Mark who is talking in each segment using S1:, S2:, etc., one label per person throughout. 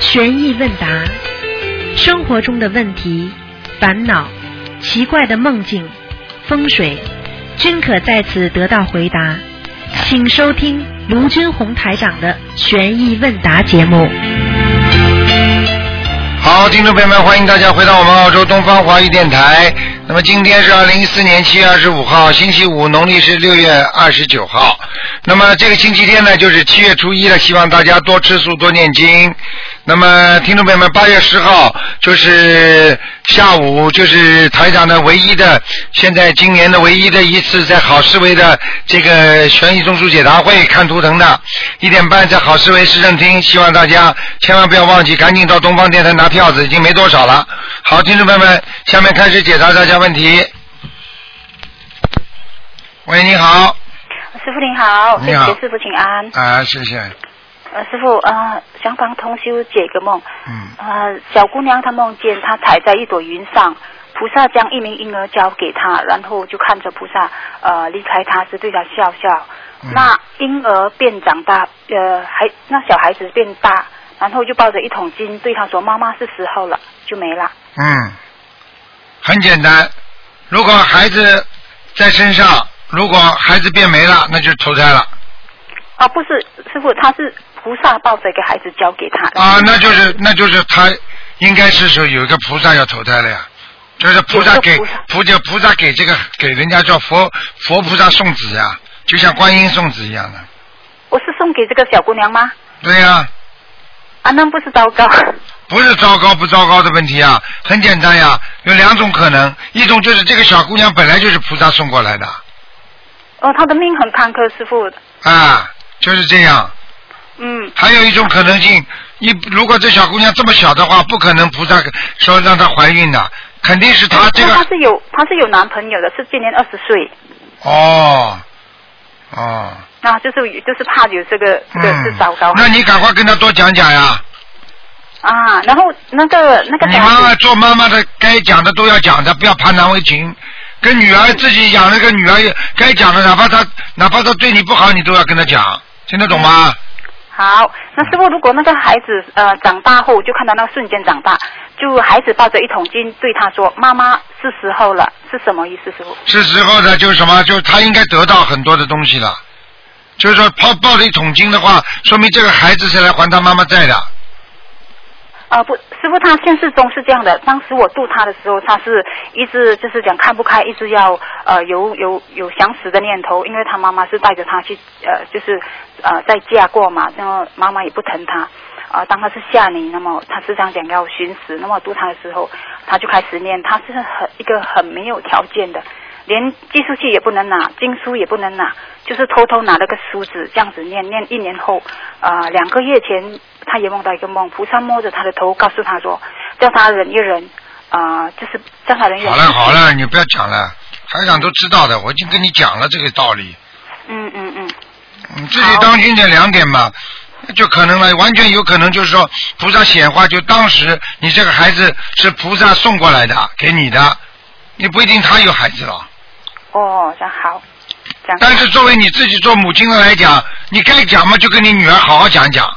S1: 悬疑问答，生活中的问题、烦恼、奇怪的梦境、风水，均可在此得到回答。请收听卢军红台长的悬疑问答节目。
S2: 好，听众朋友们，欢迎大家回到我们澳洲东方华语电台。那么今天是二零一四年七月二十五号，星期五，农历是六月二十九号。那么这个星期天呢，就是七月初一了，希望大家多吃素，多念经。那么听众朋友们，八月十号就是下午，就是台长的唯一的，现在今年的唯一的一次在好思维的这个悬疑综述解答会看图腾的，一点半在好思维市政厅，希望大家千万不要忘记，赶紧到东方电台拿票子，已经没多少了。好，听众朋友们，下面开始解答大家问题。喂，你好，
S3: 师傅您好，
S2: 你好
S3: 给师傅请安。
S2: 啊，谢谢，
S3: 呃，师傅，呃，想帮同修解个梦。
S2: 嗯，
S3: 呃，小姑娘她梦见她踩在一朵云上，菩萨将一名婴儿交给她，然后就看着菩萨呃离开她时对她笑笑。
S2: 嗯
S3: 那婴儿便长大，呃，还那小孩子变大，然后就抱着一桶金对她说：“妈妈是时候了。”就没了。
S2: 嗯，很简单。如果孩子在身上，如果孩子变没了，那就是投胎了
S3: 啊，不是，师傅，他是菩萨抱着一个孩子交给她的。
S2: 啊，那就是那就是他应该是说有一个菩萨要投胎了呀，就是菩萨给
S3: 有一个菩萨
S2: 菩萨菩萨给这个给人家叫佛佛菩萨送子呀，就像观音送子一样的，
S3: 我是送给这个小姑娘吗？
S2: 对呀、
S3: 啊，那不是糟糕。
S2: 不是糟糕不糟糕的问题啊，很简单呀，有两种可能，一种就是这个小姑娘本来就是菩萨送过来的
S3: 哦，他的命很坎坷，师傅。
S2: 啊，就是这样。
S3: 嗯，
S2: 还有一种可能性，一如果这小姑娘这么小的话，不可能菩萨说让她怀孕的，肯定是她这
S3: 那他
S2: 个
S3: 是有他是有男朋友的，是今年二十岁，
S2: 哦哦，
S3: 那就是就是怕有这个这个是
S2: 嗯
S3: 糟糕、，
S2: 那你赶快跟她多讲讲呀，
S3: 啊。然后那个那个
S2: 你
S3: 小
S2: 妈妈
S3: 孩子
S2: 做妈妈的该讲的都要讲的，不要怕难为情。跟女儿自己养那个女儿该讲的，哪怕她哪怕她对你不好，你都要跟她讲，听得懂吗？
S3: 好，那师傅如果那个孩子呃长大后就看到那个瞬间长大，就孩子抱着一桶金对他说：“妈妈是时候了。”是什么意思，师傅？
S2: 是时候的，就是什么，就是他应该得到很多的东西了。就是说，抱抱着一桶金的话，说明这个孩子是来还他妈妈债的。
S3: 呃，不，师傅他现实中是这样的。当时我渡他的时候，他是一直就是讲看不开，一直要呃有有有想死的念头，因为他妈妈是带着他去呃就是呃再嫁过嘛，然后妈妈也不疼他。啊、当他是下你，那么他时常想要寻死，那么我渡他的时候，他就开始念，他是很一个很没有条件的，连计数器也不能拿，经书也不能拿，就是偷偷拿了个梳子这样子念，念一年后，呃，两个月前他也梦到一个梦，菩萨摸着他的头，告诉他说，叫他忍一忍，啊、就是叫他忍一忍。
S2: 好了好了，你不要讲了，台长都知道的，我已经跟你讲了这个道理，
S3: 嗯嗯嗯，
S2: 你自己
S3: 好
S2: 当心点两点嘛，就可能了，完全有可能就是说菩萨显化，就当时你这个孩子是菩萨送过来的给你的，你不一定他有孩子了，
S3: 哦，这样好，这样。
S2: 但是作为你自己做母亲的来讲，你该讲嘛就跟你女儿好好讲讲，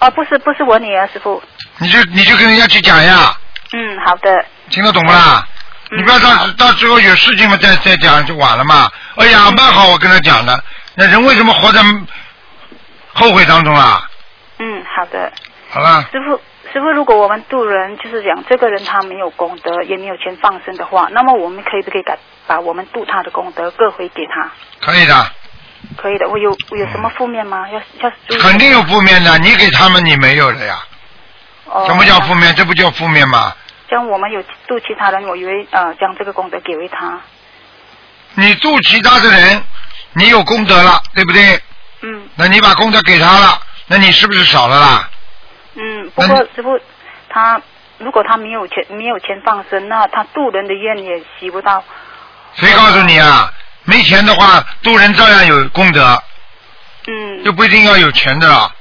S3: 哦，不是不是我女儿，师傅。
S2: 你就你就跟人家去讲呀，
S3: 嗯，好的。
S2: 听得懂不啦？
S3: 嗯
S2: 你不要到
S3: 好
S2: 时到时候有事情嘛，再再讲就晚了嘛。哎
S3: 嗯
S2: 呀，蛮好，我跟他讲的。那人为什么活在后悔当中啊？
S3: 嗯，好的。
S2: 好了，
S3: 师傅，师傅，如果我们渡人，就是讲这个人他没有功德，也没有钱放生的话，那么我们可以不可以改把我们渡他的功德各回给他？
S2: 可以的，
S3: 可以的。我有我有什么负面吗？要要注意
S2: 肯定有负面的。你给他们，你没有了呀？
S3: 哦
S2: 什么叫负？面？这不叫负面吗？
S3: 像我们有渡其他人，我以为呃将这个功德给为他。
S2: 你度其他的人，你有功德了，对不对？
S3: 嗯
S2: 那你把功德给他了，那你是不是少了啦？
S3: 嗯，不过
S2: 那你
S3: 师傅他如果他没有钱没有钱放生，那他渡人的愿也习不到。
S2: 谁告诉你啊？没钱的话，度人照样有功德，
S3: 嗯，
S2: 又不一定要有钱的了。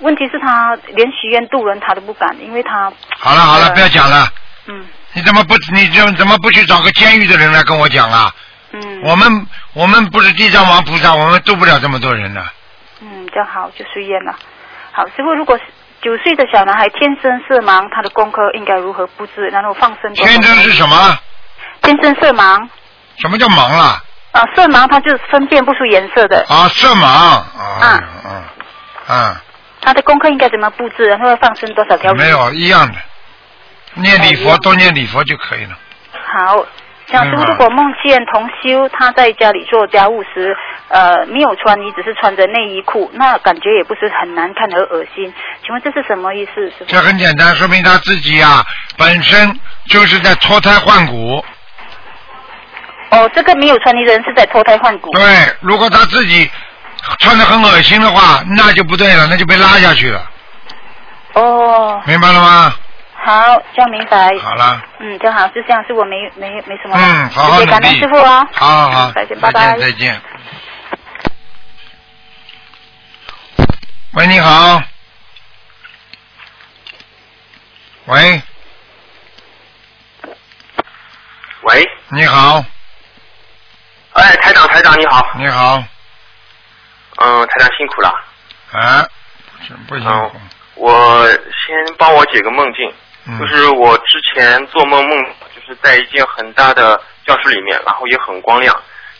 S3: 问题是他连许愿渡人他都不敢，因为他
S2: 好了好了，
S3: 嗯
S2: 不要讲了。
S3: 嗯
S2: 你怎么不你就怎么不去找个监狱的人来跟我讲啊？
S3: 嗯
S2: 我们我们不是地藏王菩萨，我们渡不了这么多人的。
S3: 嗯，这样好，就随缘了。好，师傅，如果是九岁的小男孩天生色盲，他的功课应该如何布置？然后放生多少
S2: 天真是什么？
S3: 天生色盲
S2: 什么叫盲了？
S3: 啊，色盲他就是分辨不出颜色的，
S2: 啊，色盲。啊嗯嗯
S3: 他的功课应该怎么布置？然后要放生多少条
S2: 嗯，
S3: 鱼？
S2: 没有一样的。念礼
S3: 哎一
S2: 佛，
S3: 样
S2: 多念礼佛就可以了。
S3: 好，讲师
S2: 明
S3: 傅，
S2: 白
S3: 如果梦见同修他在家里做家务时，呃，没有穿衣，只是穿着内衣裤，那感觉也不是很难看和恶心。请问这是什么意思？师傅
S2: 这很简单，说明他自己啊本身就是在脱胎换骨。
S3: 哦，这个没有穿衣的人是在脱胎换骨。
S2: 对，如果他自己穿的很恶心的话，那就不对了，那就被拉下去了，
S3: 哦，
S2: 明白了吗？
S3: 好，这样明白。
S2: 好了，
S3: 嗯，就好，就这样，是我没没没什么了。
S2: 嗯，好好
S3: 谢谢
S2: 努
S3: 感恩
S2: 力
S3: 师傅哦。
S2: 好好好，
S3: 嗯再见，
S2: 再
S3: 拜拜
S2: 见，。再见。喂，你好。喂，
S4: 喂，
S2: 你好，
S4: 哎，台长，台长你好，
S2: 你好，
S4: 嗯，台长辛苦了，
S2: 啊，不行不行
S4: 哦，我先帮我解个梦境，
S2: 嗯
S4: 就是我之前做梦梦，就是在一间很大的教室里面，然后也很光亮，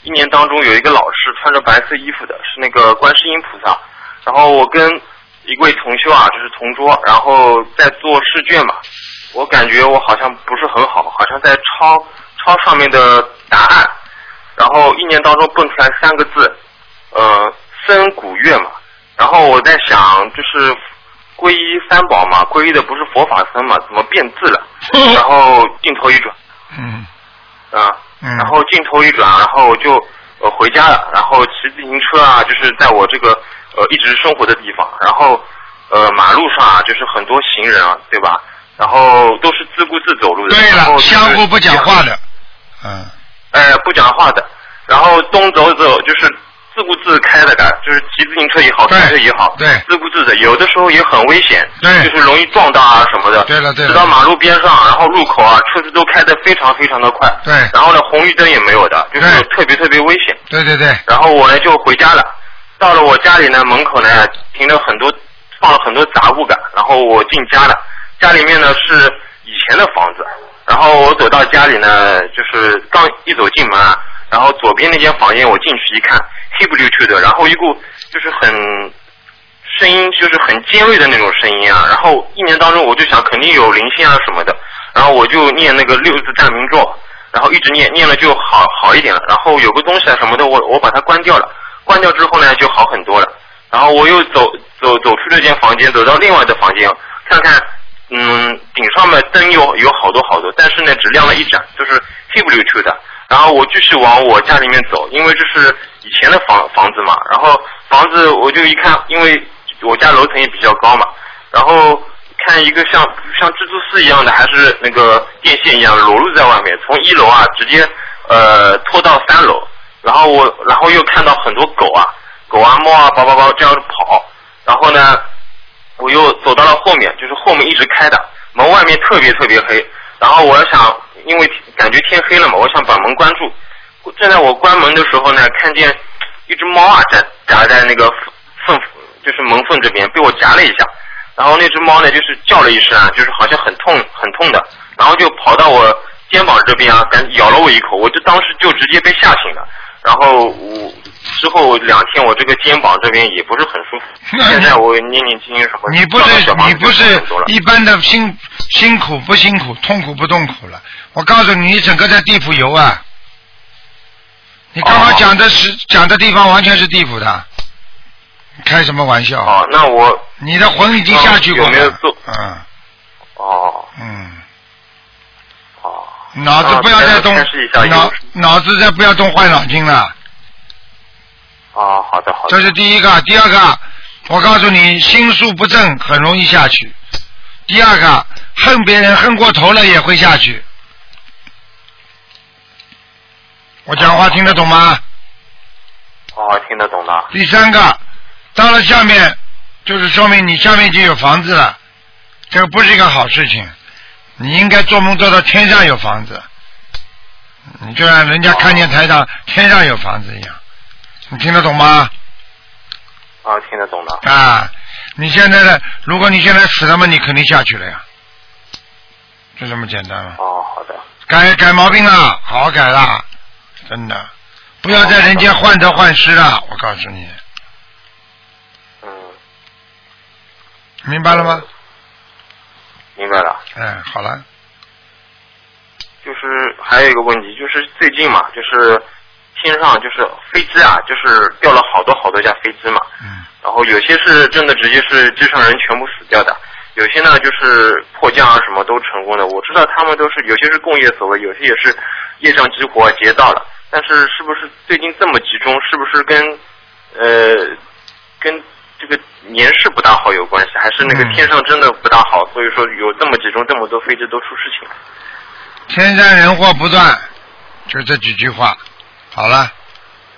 S4: 一年当中有一个老师穿着白色衣服的，是那个观世音菩萨，然后我跟一位同修啊，就是同桌，然后在做试卷嘛，我感觉我好像不是很好，好像在抄抄上面的答案，然后一年当中蹦出来三个字，呃，僧古月嘛。然后我在想，就是皈依三宝嘛，皈依的不是佛法僧嘛，怎么变质了？然后镜头一转，
S2: 嗯
S4: 啊、
S2: 嗯，
S4: 然后镜头一转，然后我就呃回家了，然后骑自行车啊，就是在我这个呃一直生活的地方，然后呃马路上啊，就是很多行人啊，对吧？然后都是自顾自走路的，
S2: 对
S4: 然后
S2: 了，
S4: 就是
S2: 相互不讲话
S4: 一样
S2: 的，嗯，
S4: 呃，不讲话的，然后东走走就是自顾自开的的，就是骑自行车也好，
S2: 对
S4: 开车也好，
S2: 对
S4: 自顾自的，有的时候也很危险，
S2: 对
S4: 就是容易撞到啊什么的，
S2: 对了对了
S4: 直到马路边上，然后路口啊，车子都开得非常非常的快，
S2: 对
S4: 然后呢，红绿灯也没有的，就是
S2: 对
S4: 特别特别危险。
S2: 对对对，
S4: 然后我呢就回家了，到了我家里呢门口呢停了很多放了很多杂物杆，然后我进家了，家里面呢是以前的房子，然后我走到家里呢就是刚一走进门啊，然后左边那间房间我进去一看黑不溜秋的，然后一股就是很声音就是很尖锐的那种声音啊。然后一年当中，我就想肯定有灵性啊什么的，然后我就念那个六字大明咒，然后一直念，念了就好好一点了。然后有个东西啊什么的，我我把它关掉了，关掉之后呢就好很多了。然后我又走走走出这间房间，走到另外的房间，看看，嗯，顶上面灯有有好多好多，但是呢只亮了一盏，就是黑不溜秋的。然后我继续往我家里面走，因为这是以前的房房子嘛。然后房子我就一看，因为我家楼层也比较高嘛，然后看一个像像蜘蛛丝一样的，还是那个电线一样裸露在外面，从一楼啊直接呃拖到三楼。然后我然后又看到很多狗啊，狗啊猫啊，叭叭叭这样跑。然后呢，我又走到了后面，就是后面一直开的，门外面特别特别黑。然后我想，因为感觉天黑了嘛，我想把门关住。正在我关门的时候呢，看见一只猫啊夹夹在那个缝，就是门缝这边被我夹了一下。然后那只猫呢，就是叫了一声啊，就是好像很痛很痛的，然后就跑到我肩膀这边啊，赶咬了我一口，我就当时就直接被吓醒了。然后我之后两天，我这个肩膀这边也不是很舒服。
S2: 那你
S4: 现在我念念经什么，
S2: 你不
S4: 上
S2: 是
S4: 小房
S2: 你
S4: 子
S2: 不是
S4: 很多了
S2: 一般的辛辛苦不辛苦，痛苦不痛苦了。我告诉你，你整个在地府游啊！你刚刚
S4: 哦
S2: 讲的是、讲的地方完全是地府的，你开什么玩笑？
S4: 哦，那我
S2: 你的魂已经下去过了。
S4: 哦有没有做
S2: 嗯
S4: 哦
S2: 嗯，
S4: 哦
S2: 脑子不要再动，
S4: 那再试一下有
S2: 脑脑子再不要动坏脑筋了。
S4: 哦，好的好的
S2: 这是第一个，第二个，我告诉你，心术不正很容易下去。第二个，恨别人恨过头了也会下去。我讲话听得懂吗？
S4: 哦，听得懂了
S2: 第三个，到了下面，就是说明你下面已经有房子了，这个不是一个好事情。你应该做梦做到天上有房子，你就让人家
S4: 哦
S2: 看见台上天上有房子一样，你听得懂吗？
S4: 啊，听得懂了
S2: 啊，你现在的，如果你现在死了嘛，你肯定下去了呀，就这么简单了。
S4: 哦，好的。
S2: 改改毛病了，好好改了，真的，不要在人间患得患失了，我告诉你，
S4: 嗯，
S2: 明白了吗？
S4: 明白了。
S2: 哎，好了，
S4: 就是还有一个问题，就是最近嘛，就是天上就是飞机啊，就是掉了好多好多架飞机嘛。
S2: 嗯。
S4: 然后有些是真的直接是机上人全部死掉的，有些呢就是迫降啊什么都成功的。我知道他们都是有些是共业所为，有些也是业障激活劫到了。但是是不是最近这么集中，是不是跟呃跟这个年事不大好有关系，还是那个
S2: 嗯
S4: 天上真的不大好，所以说有这么集中这么多飞机都出事情了？
S2: 天灾人祸不断，就这几句话，好了。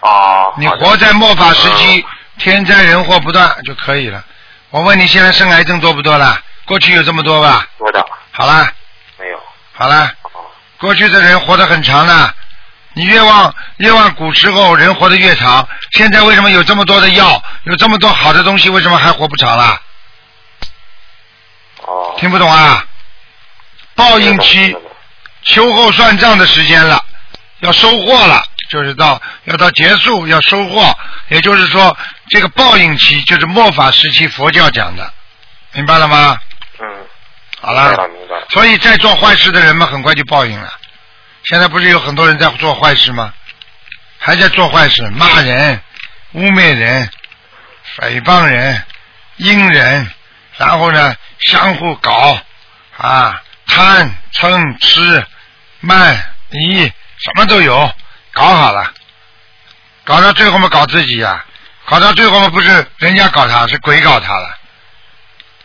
S4: 哦，
S2: 你
S4: 好的
S2: 活在末法时期
S4: 嗯，
S2: 天灾人祸不断就可以了。我问你，现在生癌症多不多了？过去有这么多吧？
S4: 多的
S2: 好啦，
S4: 没有。
S2: 好啦，
S4: 哦
S2: 过去的人活得很长的，你越往越往古时候人活得越长，现在为什么有这么多的药，有这么多好的东西，为什么还活不长啦？
S4: 哦，
S2: 听不懂啊？报应
S4: 听
S2: 期
S4: 得懂，
S2: 秋后算账的时间了，要收获了，就是到要到结束要收获，也就是说这个报应期就是末法时期佛教讲的，明白了吗？
S4: 听得懂嗯，
S2: 好
S4: 明白
S2: 了
S4: 了，，明白了。
S2: 所以在做坏事的人们很快就报应了。现在不是有很多人在做坏事吗？还在做坏事，骂人、污蔑人、诽谤人、阴人，然后呢相互搞啊，贪、嗔、痴、慢、疑，什么都有，搞好了，搞到最后嘛搞自己呀、搞到最后嘛不是人家搞他，是鬼搞他了，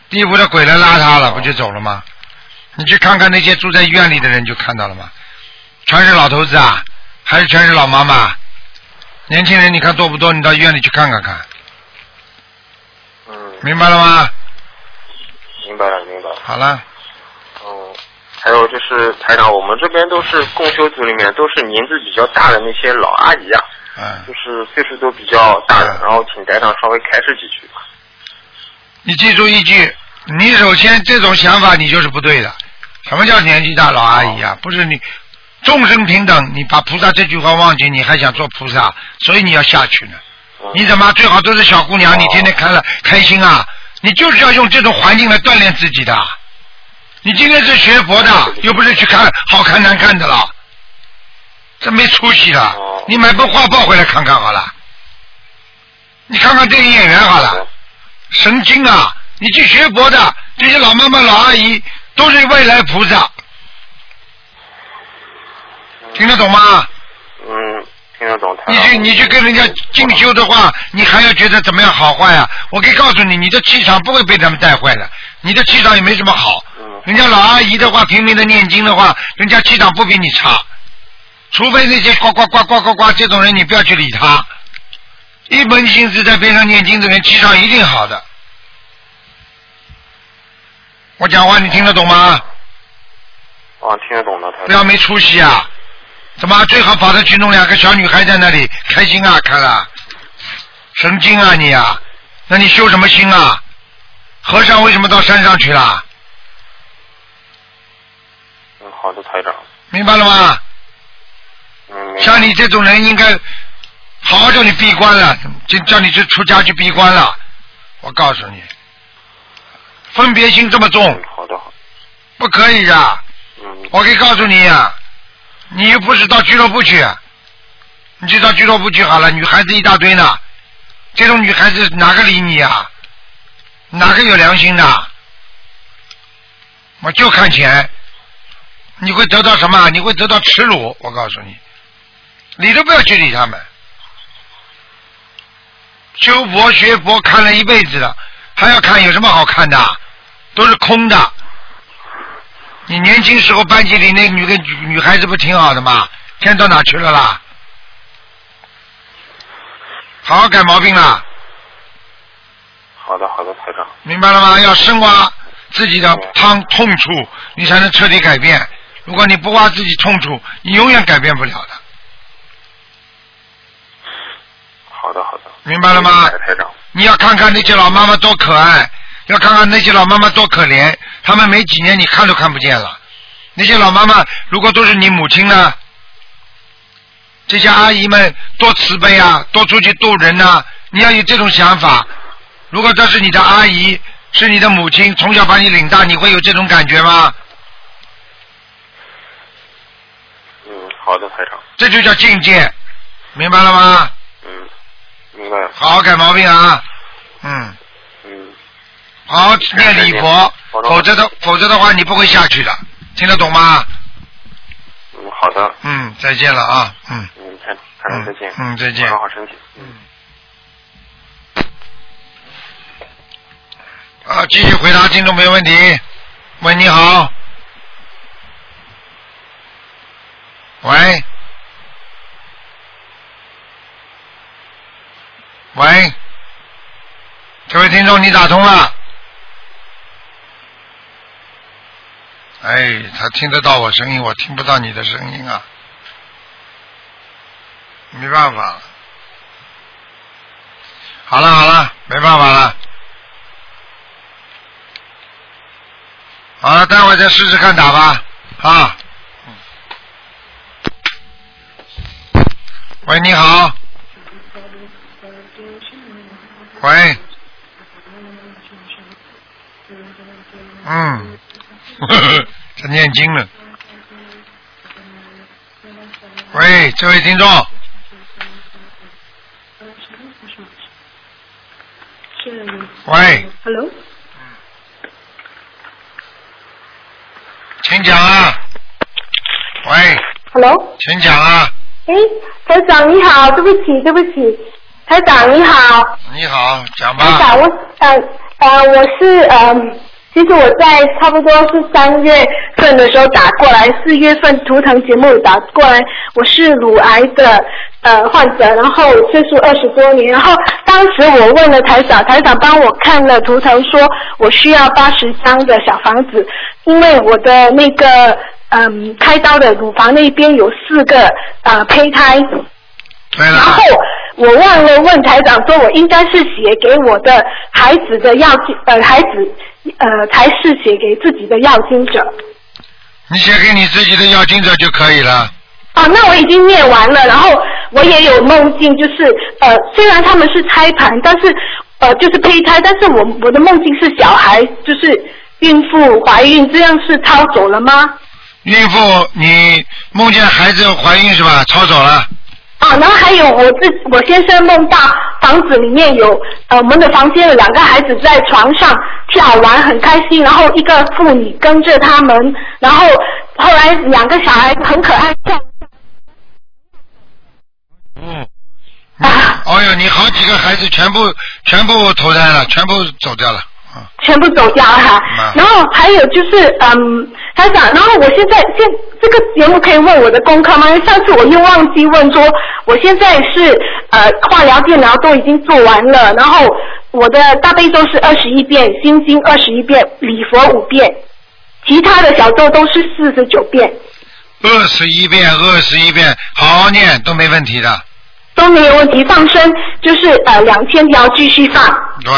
S2: 地府的鬼来拉他了，不就走了吗？你去看看那些住在医院里的人，就看到了吗？全是老头子啊，还是全是老妈妈？年轻人你看多不多？你到医院里去看看看，
S4: 嗯，
S2: 明白了吗？
S4: 明白了，明白了。
S2: 好了，
S4: 嗯，还有就是台长，我们这边都是共修组里面都是年纪比较大的那些老阿姨啊，就
S2: 嗯，
S4: 是岁数都比较大的，然后请台长稍微开示几句吧。
S2: 你记住一句，你首先这种想法你就是不对的。什么叫年纪大老阿姨啊？不是你众生平等，你把菩萨这句话忘记，你还想做菩萨，所以你要下去呢。
S4: 嗯、
S2: 你怎么最好都是小姑娘，你天天看了开心啊？你就是要用这种环境来锻炼自己的。你今天是学佛的，又不是去看好看难看的了，这没出息了
S4: 哦。
S2: 你买本画报回来看看好了，你看看这些演员好了，神经啊！你去学佛的这些老妈妈、老阿姨都是未来菩萨，听得懂吗？
S4: 嗯，听得懂台
S2: 你
S4: 长。
S2: 去你去跟人家进修的话，你还要觉得怎么样好坏啊？我可以告诉你，你的气场不会被他们带坏的，你的气场也没什么好。
S4: 嗯
S2: 人家老阿姨的话，拼命的念经的话，人家气场不比你差，除非那些呱呱呱呱呱呱这种人，你不要去理他。一门心思在边上念经的人，气场一定好的。我讲话你听得懂吗？
S4: 啊，听得懂的台
S2: 不要
S4: 长。
S2: 没出息啊！怎么最好跑着去弄两个小女孩在那里开心啊？看了，神经啊你啊！那你修什么心啊？和尚为什么到山上去了？
S4: 嗯，好的，台长。
S2: 明白了吗？
S4: 嗯，明白
S2: 像你这种人应该好好叫你闭关了，就叫你去出家去闭关了。我告诉你，分别心这么重
S4: 嗯，，好的，好。
S2: 不可以的、
S4: 嗯
S2: 我可以告诉你呀、你又不是到俱乐部去，你就到俱乐部去好了。女孩子一大堆呢，这种女孩子哪个理你啊？哪个有良心的？我就看钱，你会得到什么？你会得到耻辱。我告诉你，理都不要去理他们。修佛学佛看了一辈子了，还要看有什么好看的？都是空的。你年轻时候班级里那女个女女孩子不挺好的吗？现在到哪去了啦？好好改毛病啦，
S4: 好的，好的，台长。
S2: 明白了吗？要深挖自己的痛痛处，你才能彻底改变。如果你不挖自己痛处，你永远改变不了的，
S4: 好的，好的。
S2: 明白了吗
S4: 明白台长。
S2: 你要看看那些老妈妈多可爱，要看看那些老妈妈多可怜，他们没几年你看都看不见了。那些老妈妈如果都是你母亲呢，这些阿姨们多慈悲啊，多出去度人呐、你要有这种想法。如果这是你的阿姨，是你的母亲，从小把你领大，你会有这种感觉吗？
S4: 嗯，好的，台长。
S2: 这就叫境界，明白了吗？
S4: 嗯，明白了。
S2: 好好改毛病啊，嗯，
S4: 嗯，
S2: 好好念礼佛，
S4: 好的
S2: 否则的否则的话你不会下去的，听得懂吗？
S4: 嗯，好的。
S2: 嗯，再见了啊，嗯。
S4: 嗯，台台长再见。
S2: 嗯嗯再见
S4: 保重好身体。嗯。
S2: 啊，继续回答听众朋友问题。喂，你好。喂。喂，这位听众，你打通了？哎，他听得到我声音，我听不到你的声音啊，没办法了。好了好了，没办法了。好了，待会儿再试试看打吧。啊。喂，你好。喂。嗯。 呵呵，在念经呢。喂，这位听众，喂，
S5: Hello，
S2: 请讲啊。喂，
S5: Hello，
S2: 请讲啊。
S5: 哎，台长你好，对不起，对不起，台长你好，
S2: 你好，讲
S5: 台
S2: 吧。
S5: 长我呃呃我是呃，其实我在差不多是三月份的时候打过来，四月份图腾节目打过来，我是乳癌的呃患者，然后岁数二十多年，然后当时我问了台长，台长帮我看了图腾，说我需要八十张的小房子，因为我的那个。嗯，开刀的乳房那边有四个呃胚胎，
S2: 对
S5: 然
S2: 了
S5: 后，我忘了问台长说，我应该是写给我的孩子的要经呃孩子呃才是写给自己的要经者。
S2: 你写给你自己的要经者就可以了。
S5: 哦，那我已经念完了，然后我也有梦境，就是呃，虽然他们是胎盘，但是呃就是胚胎，但是我我的梦境是小孩，就是孕妇怀孕，这样是抄走了吗？
S2: 孕妇，你梦见孩子怀孕是吧？抄走了。
S5: 啊，然后还有我自我先生梦到房子里面有呃我们的房间有两个孩子在床上跳玩很开心，然后一个妇女跟着他们，然后后来两个小孩很可爱跳
S2: 嗯。
S5: 啊，
S2: 哦呦，你好几个孩子全部全部投胎了，全部走掉了。啊，
S5: 全部走掉了哈
S2: 嗯。
S5: 然后还有就是嗯，台长，然后我现在现这个节目可以问我的功课吗？因为上次我又忘记问说，我现在是呃化疗电疗都已经做完了，然后我的大悲咒是二十一遍，心经二十一遍，礼佛五遍，其他的小咒都是四十九遍，
S2: 二十一遍，二十一遍，好好念都没问题的。
S5: 都没有问题。放生就是呃两千条继续放，
S2: 对，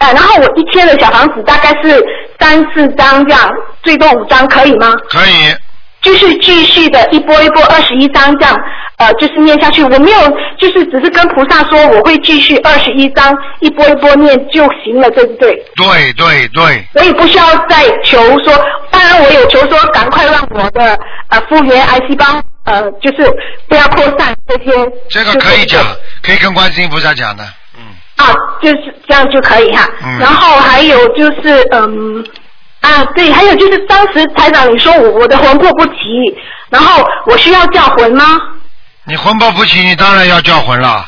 S5: 呃，然后我一天的小房子大概是三四张这样，最多五张可以吗？
S2: 可以。
S5: 就是继续的一波一波二十一章这样，呃，就是念下去。我没有，就是只是跟菩萨说我会继续二十一章一波一波念就行了，对不对？
S2: 对对对，
S5: 所以不需要再求说，当然我有求说赶快让我的呃复原癌细胞呃就是不要扩散这些。
S2: 这个可以
S5: 就是
S2: 讲，可以跟观世音菩萨讲的。嗯，
S5: 啊，就是这样就可以哈。
S2: 嗯
S5: 然后还有就是嗯。啊，对，还有就是当时台长你说我我的魂魄不齐，然后我需要叫魂吗？
S2: 你魂魄不齐，你当然要叫魂了。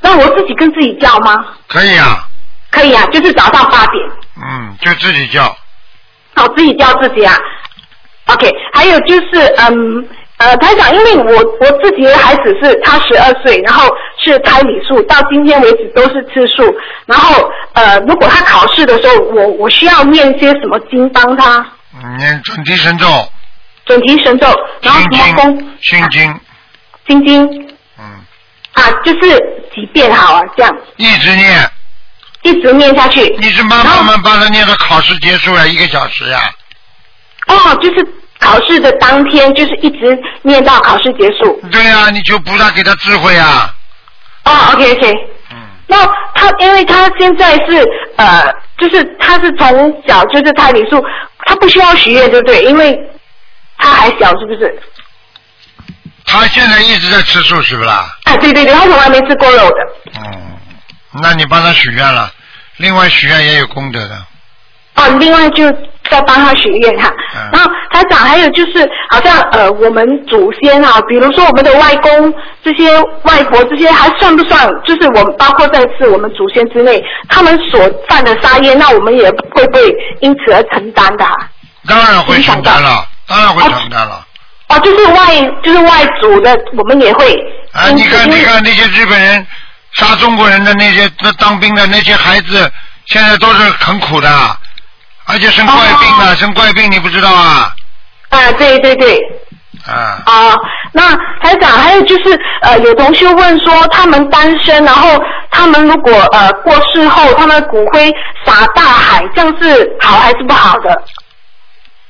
S5: 那我自己跟自己叫吗？
S2: 可以啊，
S5: 可以啊，就是早上八点，
S2: 嗯，就自己叫。
S5: 我自己叫自己啊。OK，还有就是，嗯，呃，台长，因为我我自己的孩子是他十二岁，然后是胎里素，到今天为止都是吃素。然后，呃，如果他考试的时候，我我需要念些什么经帮他？
S2: 嗯念准提神咒、
S5: 准提神咒，然后
S2: 心
S5: 什么功
S2: 经、心经，
S5: 心经
S2: 嗯，
S5: 啊，就是几遍好啊，这样
S2: 一直念，
S5: 一直念下去。
S2: 你是妈妈们帮他念到考试结束了一个小时呀、
S5: 哦，就是考试的当天，就是一直念到考试结束。
S2: 对呀、你求菩萨给他智慧啊。
S5: 哦，OK OK。
S2: 嗯，
S5: 那他，因为他现在是呃，就是他是从小就是他礼数，他不需要许愿，对不对？因为他还小，是不是？
S2: 他现在一直在吃素是不啦？
S5: 啊，对对对，他从来没吃过肉的。
S2: 嗯，那你帮他许愿了，另外许愿也有功德的。
S5: 哦，另外就在帮他许愿哈。
S2: 嗯
S5: 然后台长还有就是，好像呃，我们祖先啊，比如说我们的外公、这些外婆这些，还算不算？就是我们包括在是我们祖先之内，他们所犯的杀业，那我们也会不会因此而承担的、啊？
S2: 当然会承担了，当然会承担了。
S5: 哦，就是外就是外族的，我们也会。
S2: 啊，
S5: 因
S2: 你看，
S5: 因为
S2: 你看那些日本人杀中国人的那些那当兵的那些孩子，现在都是很苦的，而且生怪病了，
S5: 哦
S2: 生怪病你不知道啊？
S5: 啊，对对对，
S2: 啊，
S5: 啊，那台长，还有就是呃，有同学问说，他们单身，然后他们如果呃过世后，他们的骨灰撒大海，这样是好还是不好的？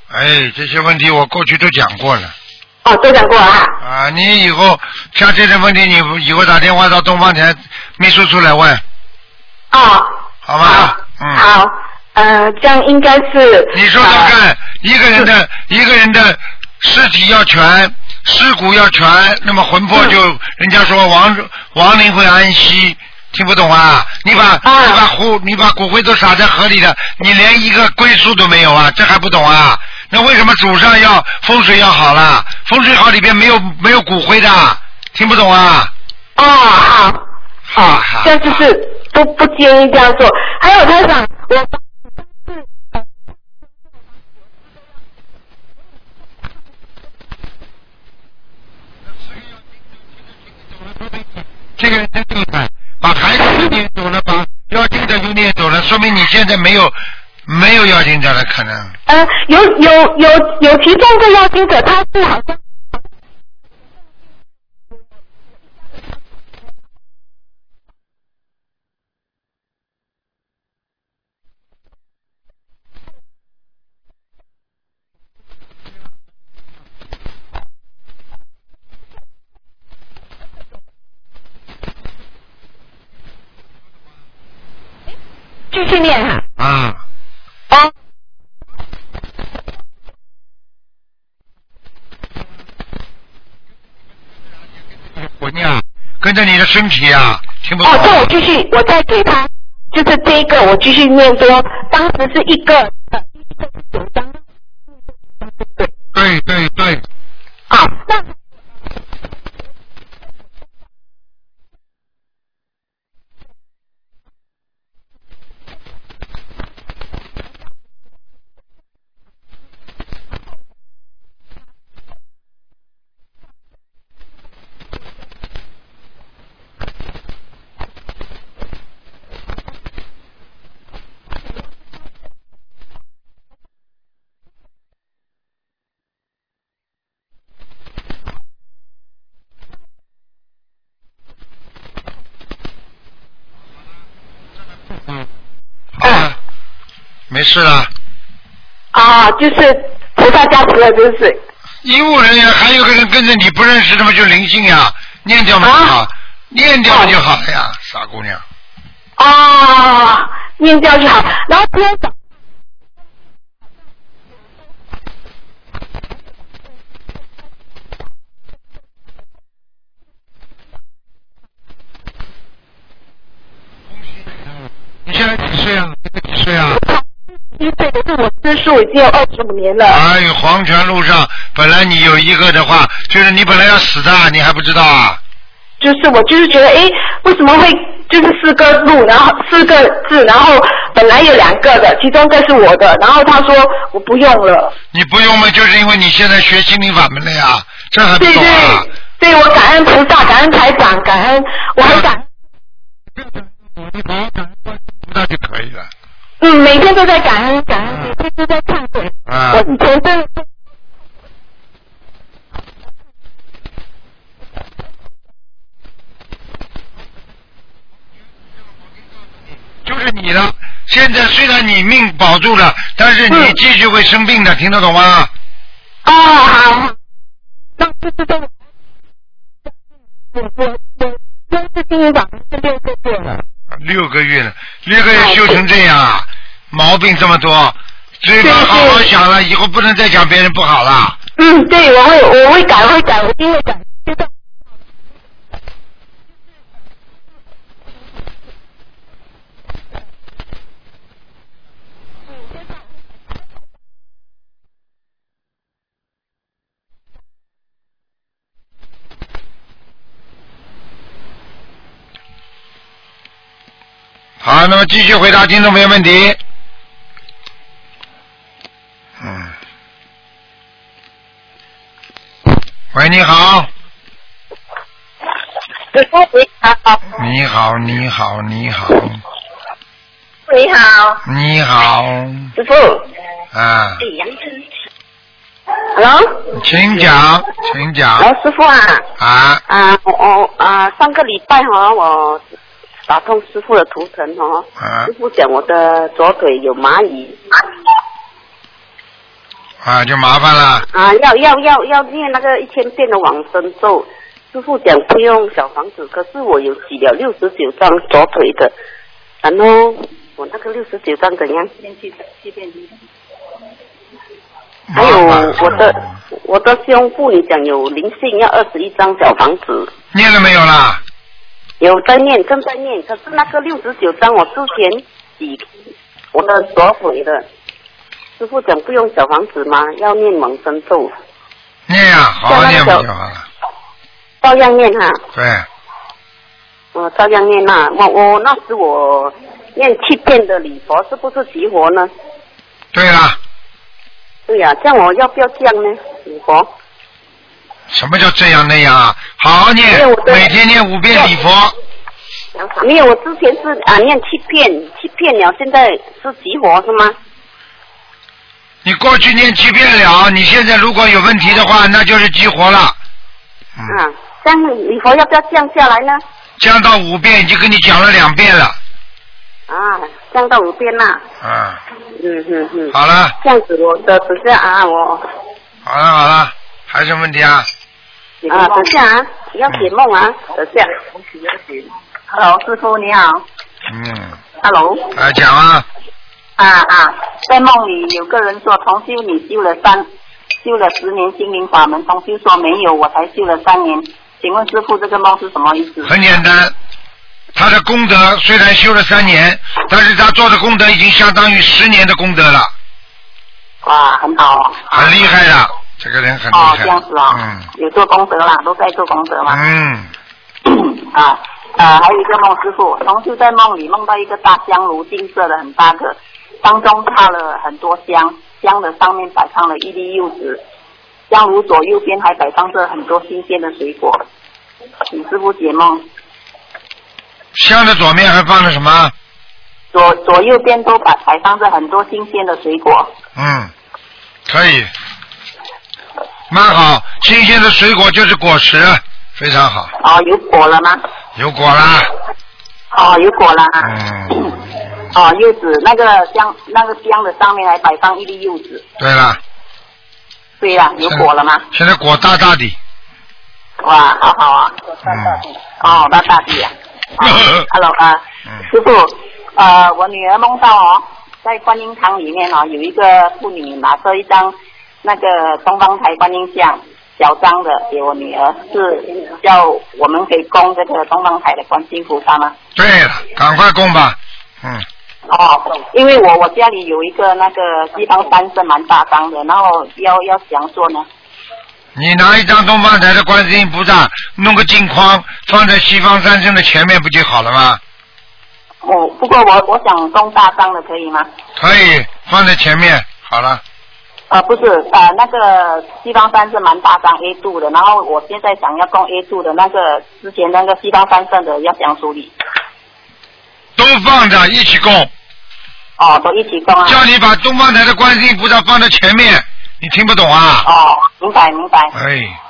S2: 哎，这些问题我过去都讲过了。
S5: 哦，都讲过了哈。
S2: 啊，你以后像这种问题，你以后打电话到东方台秘书处来问，
S5: 啊，
S2: 好吧？嗯。
S5: 好，呃，这样应该是。
S2: 你说说
S5: 呃
S2: 看，一个人的一个人的尸体要全，尸骨要全，那么魂魄就、人家说亡亡灵会安息，听不懂啊？你把、
S5: 啊
S2: 你把骨你把骨灰都撒在河里了，你连一个归宿都没有啊？这还不懂啊？那为什么祖上要风水要好啦？风水好里边没有没有骨灰的，听不懂啊？
S5: 哦，好，
S2: 哈哈
S5: 这样就是不不建议这样做。还有台长，我。
S2: 这个人真厉害，把孩子都撵走了，把妖精者都撵走了，说明你现在没有没有妖精者了，可能。
S5: 呃，有有有有其中一个邀请者，他是好像继续念哈、
S2: 啊。
S5: 哦，
S2: 我念啊，跟着你的身体啊，听不懂
S5: 哦，
S2: 啊。
S5: 这我继续，我再给他，就是这一个我继续念多，当时是一个，呃，一个是九张，对，
S2: 对对对，
S5: 好，那嗯
S2: 好
S5: 哦
S2: 了，没事了。
S5: 啊，就是菩萨加持了，就是
S2: 医务人员还有个人跟着你不认识，那么就灵性呀，念掉嘛就好，
S5: 啊哦
S2: 念掉就好了呀，傻姑娘。
S5: 啊，念掉就好，然后今天早。
S2: 你现在几岁啊？几岁啊？
S5: 一岁，可是我吃素已经有二十五年了。
S2: 哎呦，黄泉路上本来你有一个的话，就是你本来要死的，你还不知道啊？
S5: 就是我就是觉得，哎，为什么会就是四个路，然后四个字，然后本来有两个的，其中一个是我的，然后他说我不用了。
S2: 你不用嘛，就是因为你现在学心灵法门了呀，这还不
S5: 对
S2: 懂啊？
S5: 对，对我感恩菩萨，感恩台长，感恩我很感，
S2: 知道就可以了。
S5: 嗯，每天都在感恩，感恩，每天都在忏悔。
S2: 啊
S5: 我以前真的是
S2: 就是你你了。现在虽然你命保住了，但是你
S6: 嗯
S2: 继续会生病的，听得懂吗？
S6: 哦，好。那不知道，我我我真是今年早上是六个月了。
S2: 六个月了，六个月修成这样啊，毛病这么多，嘴巴好好想了，以后不能再讲别人不好了。
S6: 嗯，对，我会我会改，我会改，我一定会改。知道。
S2: 好，那么继续回答听众朋友问题。嗯。喂，你好，
S6: 你好，
S2: 你好，你好，你好，
S6: 你好，
S2: 你好，
S6: 师傅。
S2: 啊，
S7: 哎
S6: Hello，
S2: 请讲，请讲，
S6: 师傅啊。
S2: 啊，
S6: 啊，我我啊，上个礼拜哈、我打通师傅的图腾哦，
S2: 啊
S6: 师，傅讲我的左腿有蚂蚁
S2: 啊，就麻烦了，
S6: 啊，要要要要念那个一千遍的往生咒。师傅讲不用小房子，可是我有起了六十九张左腿的，然后我那个六十九张怎样？还
S2: 麻
S6: 有
S2: 烦了。
S6: 我的我的胸部，你讲有灵性，要二十一张小房子。
S2: 念了没有啦？
S6: 有在念，正在念。可是那个六十九章，我之前几我的左腿的，师傅讲不用小房子吗？要念往生咒，
S2: 念呀、好好念不就好了？
S6: 照样念哈、
S2: 对，
S6: 我、照样念呐、我我那时我念七遍的礼佛，是不是激活呢？
S2: 对啦，
S6: 对呀、这样我要不要这样呢？礼佛，
S2: 什么叫这样那样啊？好好念
S6: 因为我，的
S2: 每天念五遍礼佛，
S6: 没有，我之前是啊念七遍，七遍了，现在是激活是吗？
S2: 你过去念七遍了，你现在如果有问题的话，那就是激活了。嗯，
S6: 啊，这样礼佛要不要降下来呢？
S2: 降到五遍已经跟你讲了两遍了。
S6: 啊，降到五遍啦、
S2: 嗯，
S6: 嗯嗯嗯。
S2: 好了，
S6: 这样子我的等下啊，我
S2: 好了，好了，还有什么问题啊？
S6: 啊等下啊，要解梦啊，等下。
S8: Hello，师傅你好。
S2: 嗯，
S8: Hello，
S2: 来讲啊，
S8: 啊啊，在梦里有个人说，同修你修了三，修了十年心灵法门，同修说没有，我才修了三年。请问师傅，这个梦是什么意思？
S2: 很简单。他的功德虽然修了三年，但是他做的功德已经相当于十年的功德了，
S8: 哇，很好哦。
S2: 很厉害的，这个人很厉
S8: 哦，
S2: 害。
S8: 这样子啊、
S2: 嗯。
S8: 有做功德啦，都在做功德嘛。
S2: 嗯，
S8: 啊呃，还有一个梦师傅，同事在梦里梦到一个大香炉，金色的很大个，当中插了很多香，香的上面摆放了一粒柚子，香炉左右边还摆放着很多新鲜的水果。请师傅解梦，
S2: 香的左面还放了什么？
S8: 左左右边都摆摆放着很多新鲜的水果。
S2: 嗯，可以，蛮好。新鲜的水果就是果实，非常好，
S8: 哦，有果了吗？
S2: 有果啦。
S8: 哦，有果了啊。
S2: 嗯，
S8: 哦，柚子那个香那个香的上面还摆放一粒柚子。
S2: 对了，
S8: 对啦，有果了吗？
S2: 现在果大大的，
S8: 哇，好好啊。
S2: 嗯，
S8: 哦，那大弟 啊。啊 Hello 啊
S2: 嗯，
S8: 师傅，呃，我女儿梦到哦，在观音堂里面哦，有一个妇女拿着一张那个东方台观音像，小张的给我女儿，是叫我们可以供这个东方台的观世音菩萨吗？
S2: 对了，赶快供吧。嗯，
S8: 哦，因为我我家里有一个那个西方三圣蛮大张的，然后要要想做呢，
S2: 你拿一张东方台的观世音菩萨，弄个镜框放在西方三圣的前面，不就好了吗？
S8: 我、哦不过我我想供大张的可以吗？
S2: 可以放在前面，好了。
S8: 呃，不是，呃，那个西方三圣蛮大张 A 度的，然后我现在想要供 A 度的那个之前那个西方三圣的要想处理，
S2: 都放着一起供，
S8: 哦，都一起供啊。
S2: 叫你把东方台的观世音菩萨放在前面，你听不懂啊？
S8: 哦，明白明白，
S2: 哎，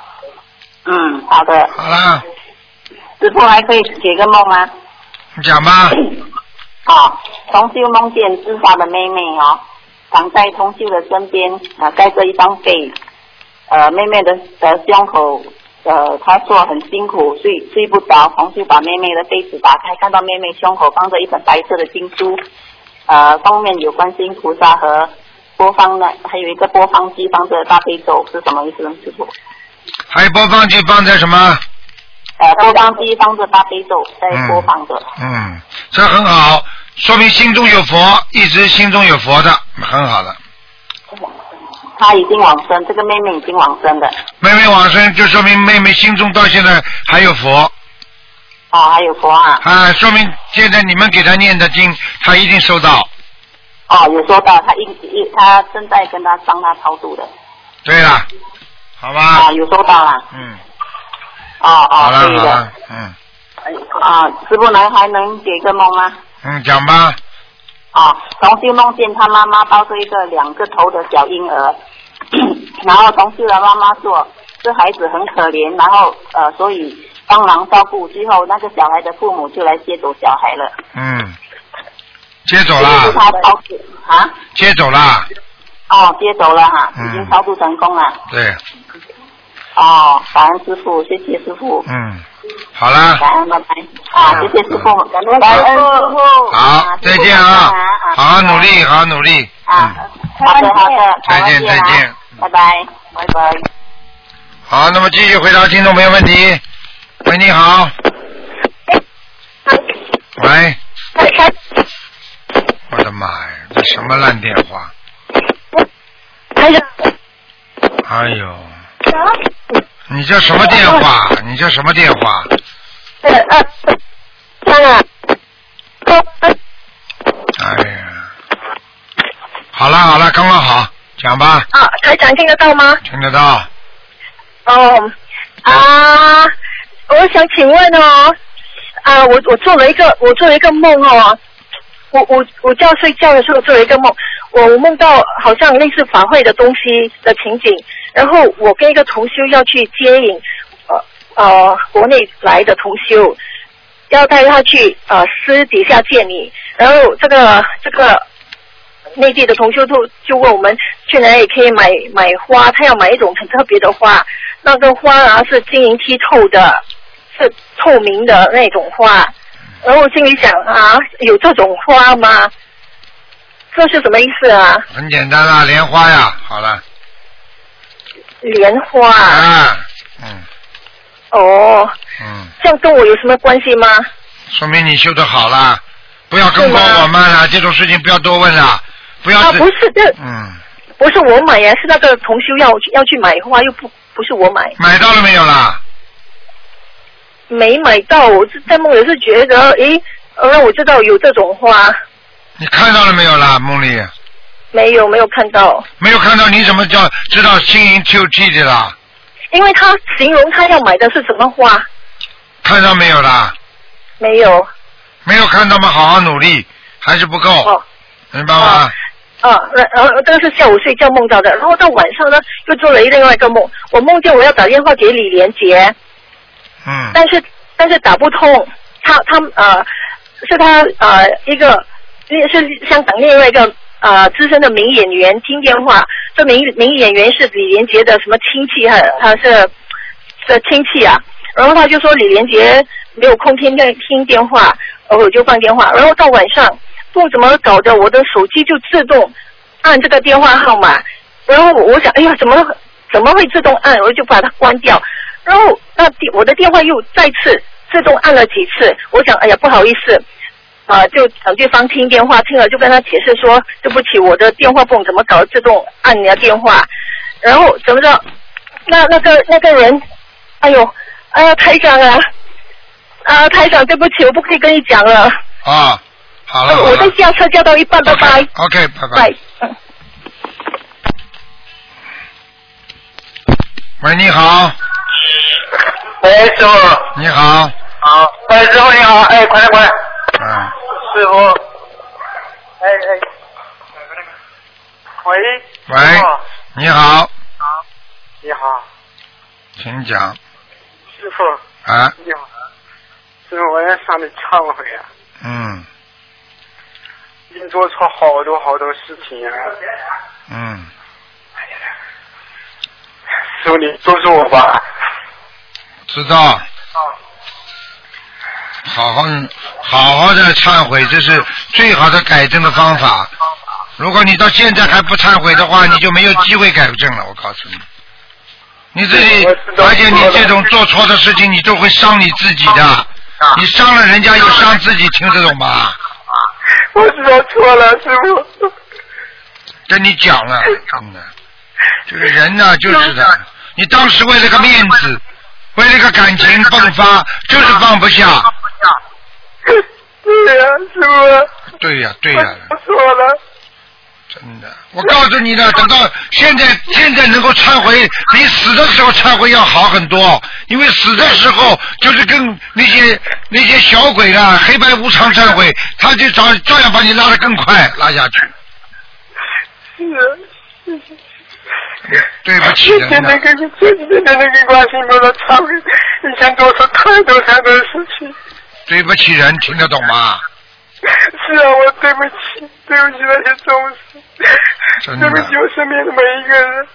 S8: 嗯，好的，
S2: 好了，
S8: 师傅还可以解个梦吗？
S2: 你讲吧。
S8: 啊，同修梦见自杀的妹妹哦，躺在同修的身边啊、盖着一张被，呃，妹妹的的胸口，呃，她说很辛苦，睡睡不着，同修把妹妹的被子打开，看到妹妹胸口放着一本白色的经书，呃，封面有观世音菩萨和播放的，还有一个播放机放着大悲咒，是什么意思呢，师傅？
S2: 还有播放器放在什么？
S8: 呃，播放机放着大悲咒在播放着，
S2: 嗯，这很好，说明心中有佛，一直心中有佛的，很好的。
S8: 她已经往生，这个妹妹已经往生了，
S2: 妹妹往生就说明妹妹心中到现在还有佛
S8: 啊，还有佛啊，
S2: 啊，说明现在你们给她念的经，她一定收到。
S8: 哦，有说到他一一他正在跟他帮他超度的
S2: 对了，好吧
S8: 啊，，有说到啦，
S2: 嗯，
S8: 哦
S2: 好
S8: 哦，
S2: 了
S8: 对
S2: 好
S8: 的
S2: 了，嗯
S8: 啊，师傅能还能解个梦吗？
S2: 嗯，讲吧，
S8: 啊，同修梦见他妈妈抱着一个两个头的小婴儿， 然后同修的妈妈说这孩子很可怜，然后呃所以帮忙照顾，之后那个小孩的父母就来接走小孩了，
S2: 嗯，接走
S8: 这是
S2: 啦，
S8: 他超度啊，
S2: 接走啦，
S8: 哦接走了哈，已经
S2: 嗯
S8: 超度成功了，
S2: 对，
S8: 哦，感恩师傅，谢谢师傅。
S2: 嗯，好啦，
S8: 感恩，拜拜。啊，谢谢师傅，感恩
S2: 感恩
S8: 师傅
S2: 好，再见啊，好好努力，好好努力，嗯。
S8: 啊，好的好啊的，
S2: 再见再见，
S8: 拜拜，拜拜。
S2: 好，那么继续回答听众朋友问题。喂，你
S8: 哎
S2: 好。喂。
S8: 哎
S2: 我的妈呀，这什么烂电话！哎呦，你这什么电话？你这什么电话？哎呀，好了好了，刚刚好，讲吧，
S9: 啊，台长听得到吗？
S2: 听得到。
S9: 哦，啊，我想请问哦，啊，我我做了一个我做了一个梦哦，我我我觉睡觉的时候做了一个梦，我我梦到好像类似法会的东西的情景，然后我跟一个同修要去接引，呃呃，国内来的同修，要带他去呃私底下见你，然后这个这个内地的同修就就问我们去哪里可以买买花，他要买一种很特别的花，那个花啊是晶莹剔透的，是透明的那种花。然后我心里想啊，有这种花吗？这是什么意思啊？
S2: 很简单啦，莲花呀，好了。
S9: 莲花啊
S2: 啊，嗯
S9: 哦，
S2: 嗯。
S9: 这样跟我有什么关系吗？
S2: 说明你修的好啦，不要跟
S9: 是
S2: 过
S9: 吗
S2: 我慢啊啦，这种事情不要多问啦，不要
S9: 啊，
S2: 自
S9: 不是，这
S2: 嗯，
S9: 不是我买啊呀，是那个同修要要去买花，又不不是我买，
S2: 买到了没有啦？
S9: 没买到。我是在梦里是觉得，诶，让我知道有这种花，
S2: 你看到了没有啦？梦里
S9: 没有没有看到。
S2: 没有看到，你怎么叫知道心灵 Q T 的啦？
S9: 因为他形容他要买的是什么花，
S2: 看到没有啦？
S9: 没有。
S2: 没有看到吗？好好努力，还是不够
S9: 哦，
S2: 明白吗？
S9: 啊，然然后这个是下午睡觉梦到的，然后到晚上呢又做了另外一个梦，我梦见我要打电话给李连杰，
S2: 嗯
S9: 但是但是打不通，他他呃是他呃一个是香港另外一个呃资深的名演员听电话，这名名演员是李连杰的什么亲戚还还是的亲戚啊，然后他就说李连杰没有空听电听电话，然后我就放电话，然后到晚上不怎么搞的，我的手机就自动按这个电话号码，然后我想，哎呀，怎么怎么会自动按？我就把它关掉，然后那电我的电话又再次自动按了几次，我想，哎呀，不好意思。啊、就找对方听电话，听了就跟他解释说，对不起，我的电话泵怎么搞自动按你的电话，然后怎么着，那那个那个人哎呦，哎呀，台长啊，啊，台长，对不起，我不可以跟你讲了，
S2: 啊，好了，好
S9: 哦我
S2: 了
S9: 在下车叫到一半，拜拜，
S2: OK，拜
S9: 拜
S2: 拜。。喂，你好，
S4: 喂，师傅，
S2: 你好，
S4: 好。喂，师傅你好，哎，快来快来，
S2: 嗯，
S4: 师傅。哎哎。喂。
S2: 喂
S4: 师傅，
S2: 你好，
S4: 你好，
S2: 请讲
S4: 师傅，
S2: 啊，
S4: 你好，师傅，我要向你忏悔啊！
S2: 嗯，
S6: 已经做错好多好多事情啊。
S2: 嗯，
S6: 师傅，你救救我吧！
S2: 知道。好好好好的忏悔，这是最好的改正的方法。如果你到现在还不忏悔的话，你就没有机会改正了。我告诉你，你自己
S6: 我知，道
S2: 而且你这种做错的事情，你都会伤你自己
S6: 啊
S2: 的。你伤了人家又伤自己，听得懂吗？
S6: 我知道错了，师傅。
S2: 跟你讲了，真的，这个人 呐、就是的，你当时为了个面子，为了个感情迸发，就是放不下。
S6: 对呀、师傅，
S2: 对呀、对呀、
S6: 啊我错了。
S2: 真的，我告诉你的，等到现在，现在能够忏悔，比死的时候忏悔要好很多，因为死的时候就是跟那些那些小鬼啦、黑白无常忏悔，他就照照样把你拉得更快拉下去。
S6: 是，
S2: 对不起
S6: 谢
S2: 人
S6: 谢
S2: 呐
S6: 那，个，谢谢那个关心我的忏悔，以前做错太多太多事情。
S2: 对不起人，听得懂吗？
S6: 是啊，我对不起，对不起那些众生，
S2: 真的嗯
S6: 对不起我身边的每一个人，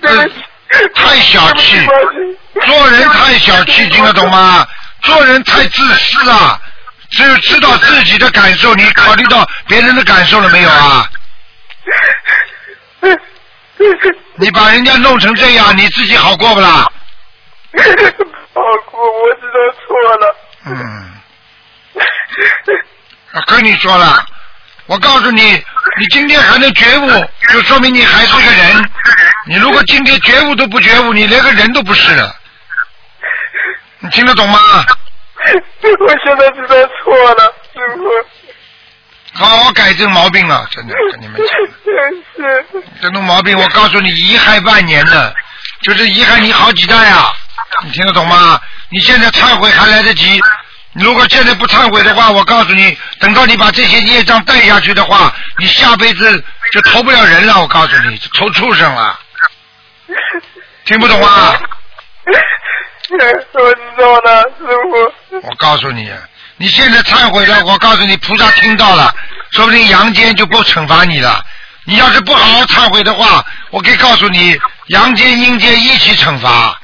S6: 对不起，
S2: 太小气
S6: 对不起
S2: 做人太小气，听得 懂？吗？做人太自私了，只有知道自己的感受，你考虑到别人的感受了没有啊？你把人家弄成这样，你自己好过不啦？
S6: 好过，哦我知道错了。
S2: 嗯，我跟你说了，我告诉你，你今天还能觉悟，就说明你还是个人。你如果今天觉悟都不觉悟，你连个人都不是了。你听得懂吗？
S6: 我现在知道错了，师傅。
S2: 好好改正毛病了，真的跟你 们讲。
S6: 是，
S2: 这种毛病，我告诉你，遗害万年的，就是遗害你好几代啊！你听得懂吗？你现在忏悔还来得及，如果现在不忏悔的话，我告诉你，等到你把这些业障带下去的话，你下辈子就投不了人了。我告诉你，就投畜生了。听不懂啊？
S6: 我知道了，师傅。
S2: 我告诉你，你现在忏悔了，我告诉你，菩萨听到了，说不定阳间就不惩罚你了。你要是不好好忏悔的话，我可以告诉你，阳间、阴间一起惩罚。
S6: 好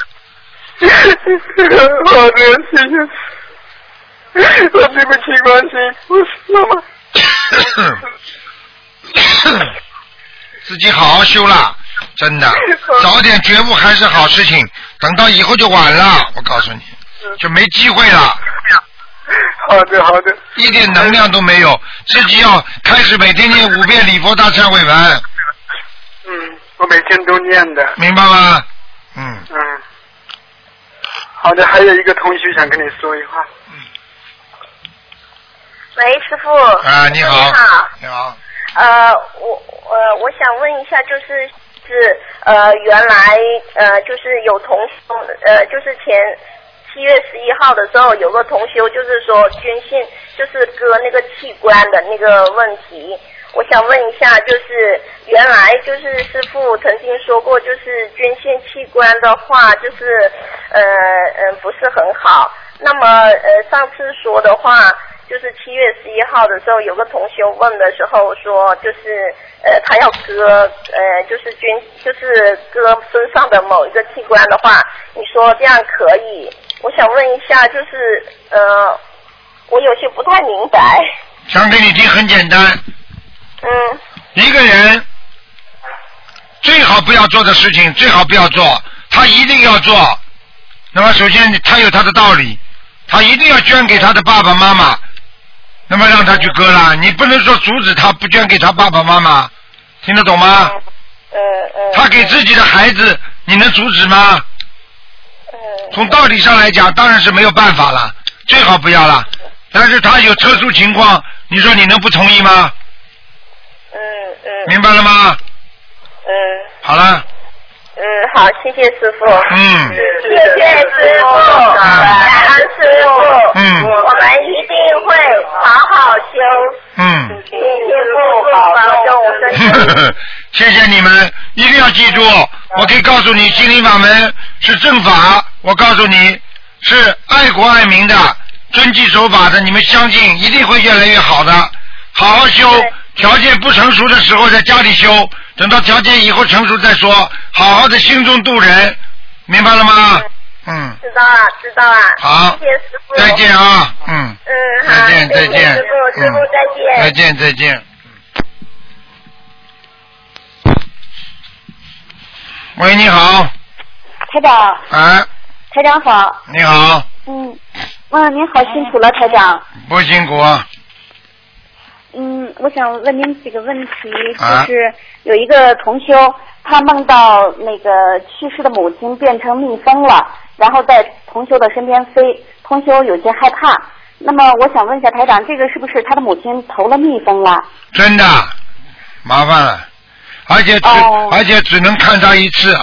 S6: 的，谢谢。 我对不起，关心，我妈妈。
S2: 嗯 自己好好修啦，真的，早点觉悟还是好事情，等到以后就晚
S6: 嗯
S2: 了，我告诉你，就没机会了，
S6: 好的，好的，
S2: 一点能量都没有，自己要开始每天念五遍礼佛大忏悔文，
S6: 嗯，我每天都念的，
S2: 明白吗？嗯，
S6: 嗯。好的，还有一个同学想跟你说一话。
S9: 喂，师傅。
S2: 啊，
S4: 呃
S2: 你好
S9: 你好，
S2: 你好，
S9: 呃，我呃，我想问一下，就是是呃，原来呃，就是有同修呃，就是前七月十一号的时候，有个同修就是说捐献，就是割那个器官的那个问题。我想问一下，就是原来就是师傅曾经说过，就是捐献器官的话，就是呃嗯、不是很好。那么呃上次说的话，就是七月十一号的时候，有个同学问的时候说，就是呃他要割呃就是捐就是割身上的某一个器官的话，你说这样可以？我想问一下，就是呃我有些不太明白，
S2: 讲给你听很简单，
S9: 嗯。
S2: 一个人最好不要做的事情，最好不要做，他一定要做。那么首先他有他的道理，他一定要捐给他的爸爸妈妈，那么让他去割了，你不能说阻止他不捐给他爸爸妈妈，听得懂吗？
S9: 呃呃，
S2: 他给自己的孩子，你能阻止吗？从道理上来讲，当然是没有办法了，最好不要了。但是他有特殊情况，你说你能不同意吗？
S9: 嗯嗯
S2: 明白了吗？
S9: 嗯
S2: 好了，
S9: 嗯，好，谢谢师傅。
S2: 嗯。
S9: 谢谢师傅，感恩师傅。
S2: 嗯
S9: 我们一定会好好修，
S2: 嗯，
S9: 请师傅嗯保重身体。
S2: 谢谢你们，一定要记住，我可以告诉你，心灵法门是正法，我告诉你是爱国爱民的，遵纪守法的，你们相信一定会越来越好的。好好修，条件不成熟的时候在家里修，等到条件以后成熟再说，好好的心中度人，明白了吗？嗯，
S10: 知道了，知道了。
S2: 好
S10: 谢谢师傅。
S2: 再见啊，嗯，
S10: 嗯，好，
S2: 再见再
S10: 谢谢
S2: 见
S10: 师傅，师傅
S2: 嗯
S10: 再见。
S2: 再见再见。喂，你好，
S11: 台长，
S2: 哎，
S11: 台长好，
S2: 你好，
S11: 嗯，哇，您好辛苦了，台长，
S2: 不辛苦啊，
S11: 嗯，我想问您几个问题，
S2: 啊
S11: 就是有一个同修，他梦到那个去世的母亲变成蜜蜂了，然后在同修的身边飞，同修有些害怕。那么我想问一下台长，这个是不是他的母亲投了蜜蜂了？
S2: 真的麻烦了，而且只、而且只能看他一次。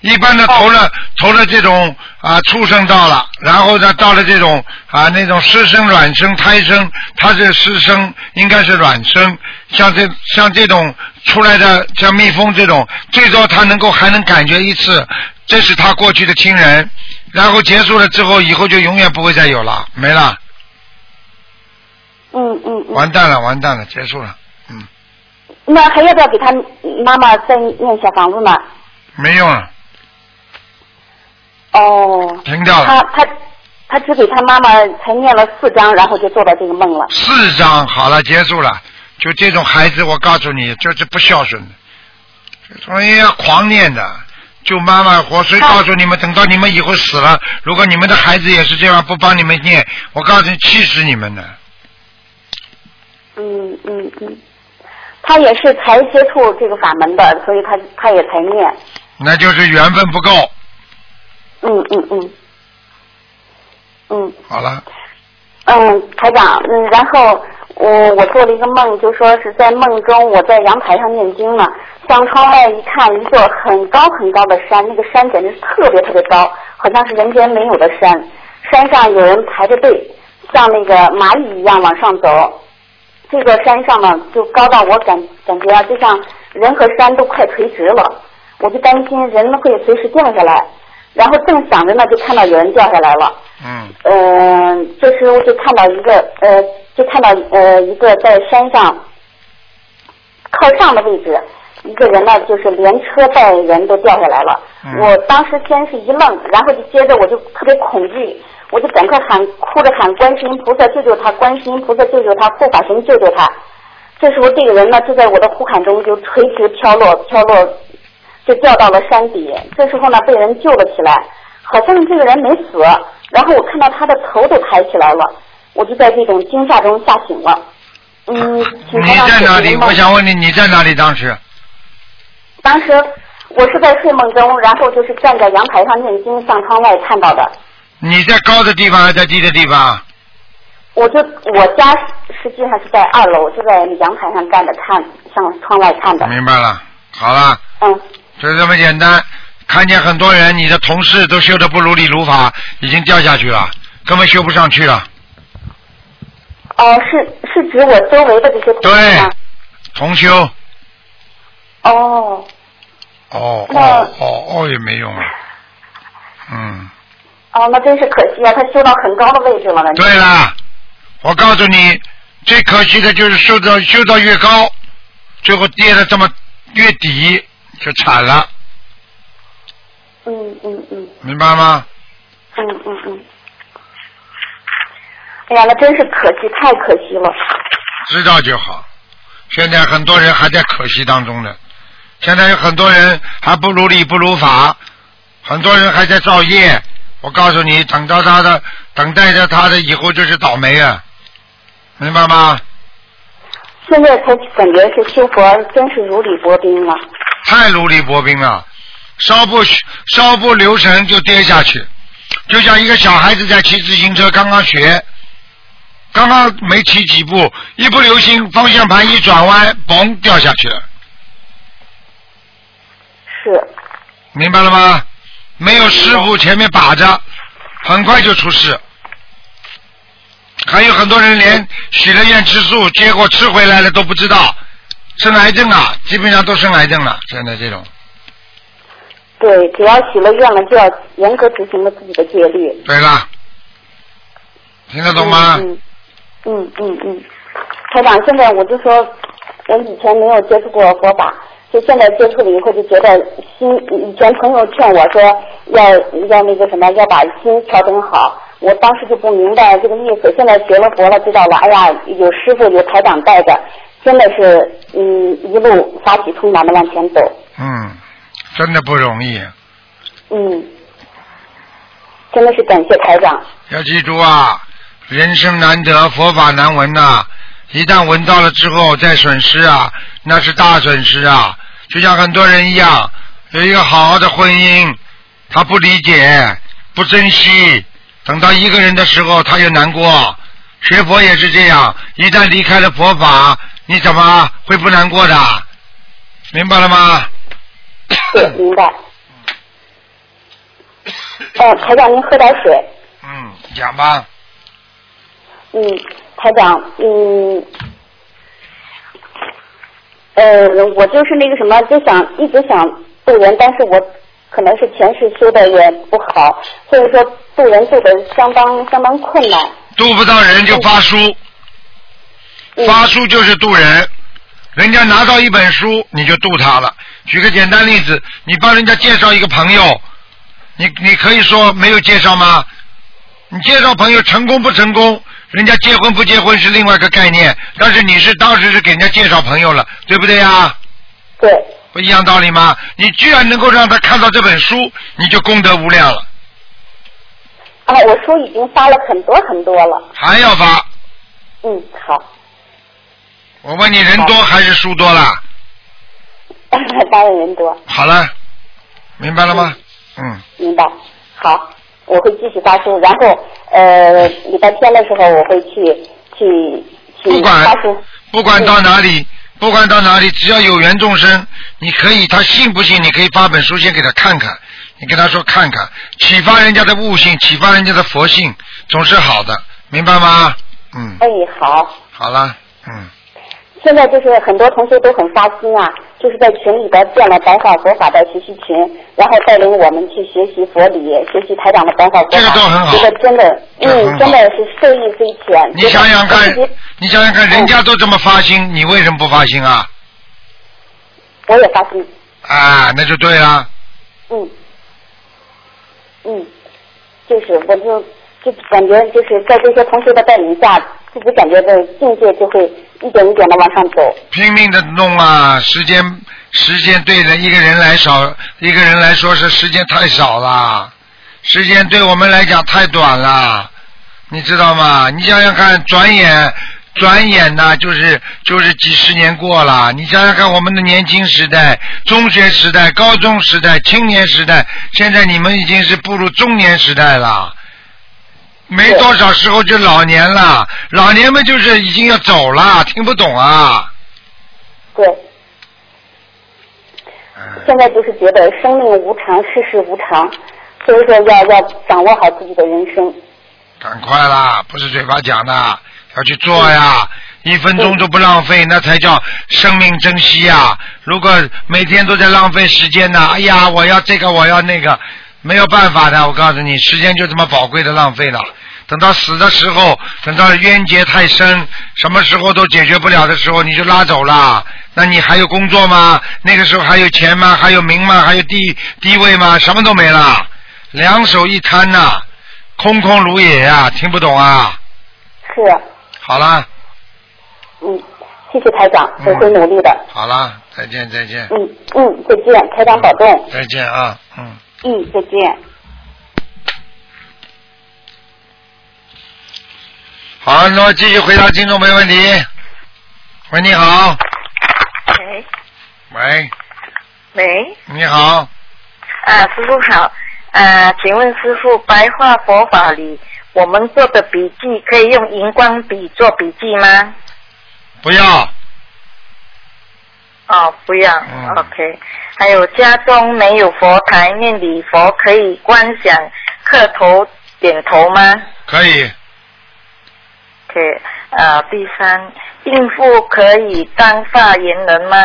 S2: 一般的投了、投了这种啊畜生到了，然后呢到了这种啊那种湿生、卵生、胎生，它是湿生，应该是卵生。像这像这种出来的像蜜蜂这种，最多它能够还能感觉一次，这是它过去的亲人。然后结束了之后，以后就永远不会再有了，没了，
S11: 嗯嗯嗯。
S2: 完蛋了，完蛋了，结束了，
S11: 那还要不要给他妈妈再念小房子呢？
S2: 没用了，
S11: 哦，
S2: 停掉了。
S11: 他他他只给他妈妈才念了四章，然后就做到这个梦了。
S2: 四张好了，结束了。就这种孩子，我告诉你，就是不孝顺的，这种人要狂念的。就妈妈，我所以告诉你们，等到你们以后死了，如果你们的孩子也是这样，不帮你们念，我告诉你，气死你们的。
S11: 嗯嗯嗯，他也是才接触这个法门的，所以他他也才念。
S2: 那就是缘分不够。
S11: 嗯嗯嗯嗯
S2: 好了，
S11: 嗯，台长，嗯，然后我我做了一个梦，就说是在梦中我在阳台上念经呢，向窗外一看，一座很高很高的山，那个山简直是特别特别高，好像是人间没有的山。山上有人排着队，像那个蚂蚁一样往上走，这个山上呢，就高到我感感觉啊，就像人和山都快垂直了，我就担心人会随时掉下来。然后正想着呢，就看到有人掉下来了。
S2: 嗯。
S11: 嗯、这时候就看到一个呃，就看到呃一个在山上靠上的位置，一个人呢就是连车带人都掉下来了。
S12: 嗯
S11: 我当时先是一愣，然后就接着我就特别恐惧，我就赶快喊哭着喊观世音菩萨救救他，观世音菩萨救救他，护法神救救他。这时候这个人呢就在我的呼喊中就垂直飘落，飘落就掉到了山底。这时候呢被人救了起来，好像这个人没死。然后我看到他的头都抬起来了，我就在这种惊吓中吓醒了。嗯，请
S2: 你
S11: 台长
S2: 在
S11: 解
S2: 哪
S11: 这
S2: 里？
S11: 个梦
S2: 我想问你，你在哪里？当时
S11: 当时我是在睡梦中，然后就是站在阳台上念经，向窗外看到的。
S2: 你在高的地方还是在低的地方？
S11: 我就我家实际上是在二楼，就在阳台上站着看，向窗外看的。
S2: 明白了，好了。
S11: 嗯。
S2: 就这么简单。看见很多人，你的同事都修的不如理如法，已经掉下去了，根本修不上去了。
S11: 哦、是是指我周围的这些同事吗？
S2: 同修。
S11: 哦，
S2: 哦
S11: 那
S2: 哦哦哦也没用啊。嗯，
S11: 哦，那真是可惜啊，他修到很高的位置了呢。
S2: 对啦，我告诉你，最可惜的就是修到修到越高，最后跌的这么越底，就惨了，
S11: 嗯嗯嗯
S2: 明白吗？
S11: 嗯嗯嗯。哎呀，那真是可惜，太可惜了。
S2: 知道就好。现在很多人还在可惜当中呢，现在有很多人还不如理不如法，很多人还在造业。我告诉你，等到他的，等待着他的以后就是倒霉啊，明白吗？
S11: 现在才感觉是修佛真是如履薄冰了。
S2: 太如履薄冰了，稍不稍不留神就跌下去，就像一个小孩子在骑自行车，刚刚学，刚刚没骑几步，一不留心方向盘一转弯，嘣掉下去了。
S11: 是。
S2: 明白了吗？没有师傅前面把着，很快就出事。还有很多人连许了愿吃素，结果吃回来了都不知道，生癌症啊，基本上都生癌症了。现在这种，
S11: 对，只要许了愿了，就要严格执行了自己的戒律。
S2: 对了，听得懂吗？
S11: 嗯嗯嗯嗯。台长，现在我就说，我以前没有接触过佛法，就现在接触了以后，就觉得心。以前朋友劝我说要要那个什么，要把心调整好。我当时就不明白这个意思，现在学了佛了，知道了。哎呀，有师傅有台长带着，真的是嗯，一路发起冲浪的往前走。
S2: 嗯，真的不容易，
S11: 嗯，真的是感谢台长。
S2: 要记住啊，人生难得，佛法难闻呐、一旦闻到了之后再损失啊，那是大损失啊。就像很多人一样，有一个好好的婚姻，他不理解，不珍惜，等到一个人的时候他就难过。学佛也是这样，一旦离开了佛法，你怎么会不难过的？明白了吗？
S11: 是， 明白。呃，台长，您喝点水。
S2: 嗯，讲吧。
S11: 嗯，台长，嗯，呃，我就是那个什么，就想一直想渡人，但是我可能是前世修的也不好，所以说渡人渡的相当相当困难。
S2: 渡不到人就发书，发书就是渡人。人家拿到一本书，你就渡他了。举个简单例子，你帮人家介绍一个朋友，你你可以说没有介绍吗？你介绍朋友成功不成功，人家结婚不结婚是另外一个概念，但是你是当时是给人家介绍朋友了，对不对呀？
S11: 对。
S2: 不一样道理吗？你居然能够让他看到这本书，你就功德无量了。
S11: 啊，我书已经发了很多很多了。
S2: 还要发？
S11: 嗯，好，
S2: 我问你，人多还是书多啦？
S11: 当然人多，
S2: 好了，明白了吗？嗯，
S11: 明白。好，我会继续发书，然后呃，礼拜天的时候我会去去去
S2: 不管
S11: 发书。
S2: 不管到哪里，不管到哪里，只要有缘众生，你可以他信不信，你可以发本书先给他看看，你跟他说看看，启发人家的悟性，启发人家的佛性，总是好的，明白吗？嗯，
S11: 哎，好。
S2: 好了，嗯，
S11: 现在就是很多同学都很发心啊，就是在群里边建了白话佛法的学习群，然后带领我们去学习佛理，学习台长的白话佛法。这个
S2: 很好
S11: 真的，
S2: 这个很好
S11: 嗯，真的是受益匪浅。
S2: 你想想看
S11: 就是自己
S2: 你想想看，人家都这么发心，你为什么不发心啊？
S11: 我也发心，
S2: 啊，那就对了。
S11: 嗯，嗯，就是我就就感觉就是在这些同学的带领下，自己感觉的境界就会一点一点的往上走。
S2: 拼命的弄啊，时间时间对人一个人来少，一个人来说是时间太少了，时间对我们来讲太短了，你知道吗？你想想看，转眼转眼呐、就是就是几十年过了。你想想看，我们的年轻时代、中学时代、高中时代、青年时代，现在你们已经是步入中年时代了。没多少时候就老年了，老年们就是已经要走了，听不懂啊。
S11: 对。
S2: 嗯
S11: 现在就是觉得生命无常，世事无常，所以说要要掌握好自己的人生。
S2: 赶快啦，不是嘴巴讲的，要去做呀，一分钟都不浪费，那才叫生命珍惜呀。如果每天都在浪费时间呢，哎呀，我要这个，我要那个，没有办法的，我告诉你，时间就这么宝贵的浪费了。等到死的时候，等到冤结太深，什么时候都解决不了的时候，你就拉走了。那你还有工作吗？那个时候还有钱吗？还有名吗？还有地地位吗？什么都没了，两手一摊呐、空空如也呀、听不懂啊？
S11: 是，
S2: 好啦，
S11: 嗯，谢谢台长，我会努力的。
S2: 好啦，再见，再见，
S11: 嗯嗯，再见，台长保重。
S2: 再见啊，嗯。
S11: 嗯，再见。
S2: 好，那么继续回答听众朋友问题。喂，你好，
S12: 喂
S2: 喂，
S12: 喂，
S2: 你好，
S12: 啊，师傅好，啊，请问师傅，白话佛法里我们做的笔记可以用荧光笔做笔记吗？
S2: 不要，
S12: 哦，不要、o
S2: 嗯
S12: k 还有家中没有佛台，念礼佛可以观想磕头点头吗
S2: 可以，
S12: ？OK，啊，第三，孕妇可以当发言人吗？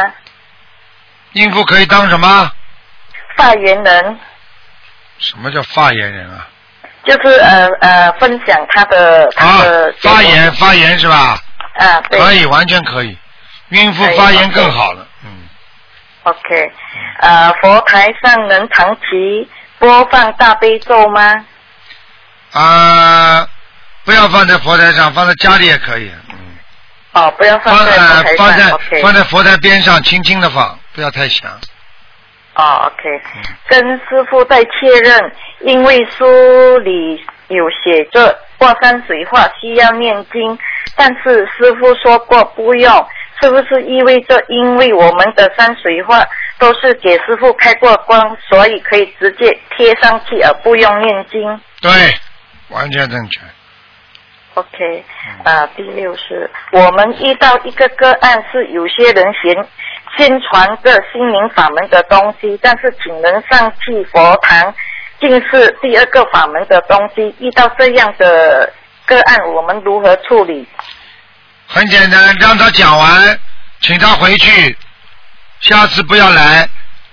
S2: 孕妇可以当什么？
S12: 发言人
S2: 什么叫发言人啊？
S12: 就是呃呃，分享他的他的、
S2: 啊发言发言是吧？
S12: 啊，对。哎
S2: 可以，完全可以。孕妇发炎更好了。
S12: OK，呃，佛台上能长期播放大悲咒吗？
S2: 啊、不要放在佛台上，放在家里也可以。呃
S12: 哦，不要放在佛台上
S2: 放在
S12: o k
S2: 放在佛台边上，轻轻的放，不要太响。
S12: 哦，OK，跟师傅在确认，因为书里有写着过山水画需要念经，但是师傅说过不用，是不是意味着因为我们的山水画都是给师傅开过光，所以可以直接贴上去而不用念经
S2: 对，完全正确。
S12: ？OK，啊、第六是我们遇到一个个案是有些人嫌宣传个心灵法门的东西，但是请人上去佛堂，竟是第二个法门的东西。遇到这样的个案，我们如何处理？
S2: 很简单，让他讲完，请他回去，下次不要来。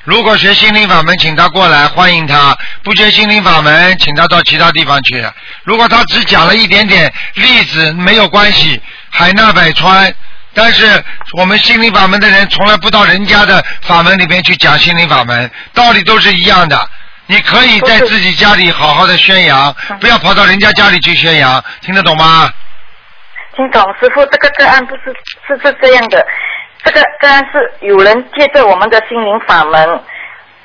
S2: 如果学心灵法门，请他过来，欢迎他；不学心灵法门，请他到其他地方去。如果他只讲了一点点例子，没有关系，海纳百川。但是我们心灵法门的人，从来不到人家的法门里面去讲心灵法门，道理都是一样的。你可以在自己家里好好的宣扬，不要跑到人家家里去宣扬，听得懂吗？
S12: 听懂，师傅，这个个案不是是是这样的，这个个案是有人借着我们的心灵法门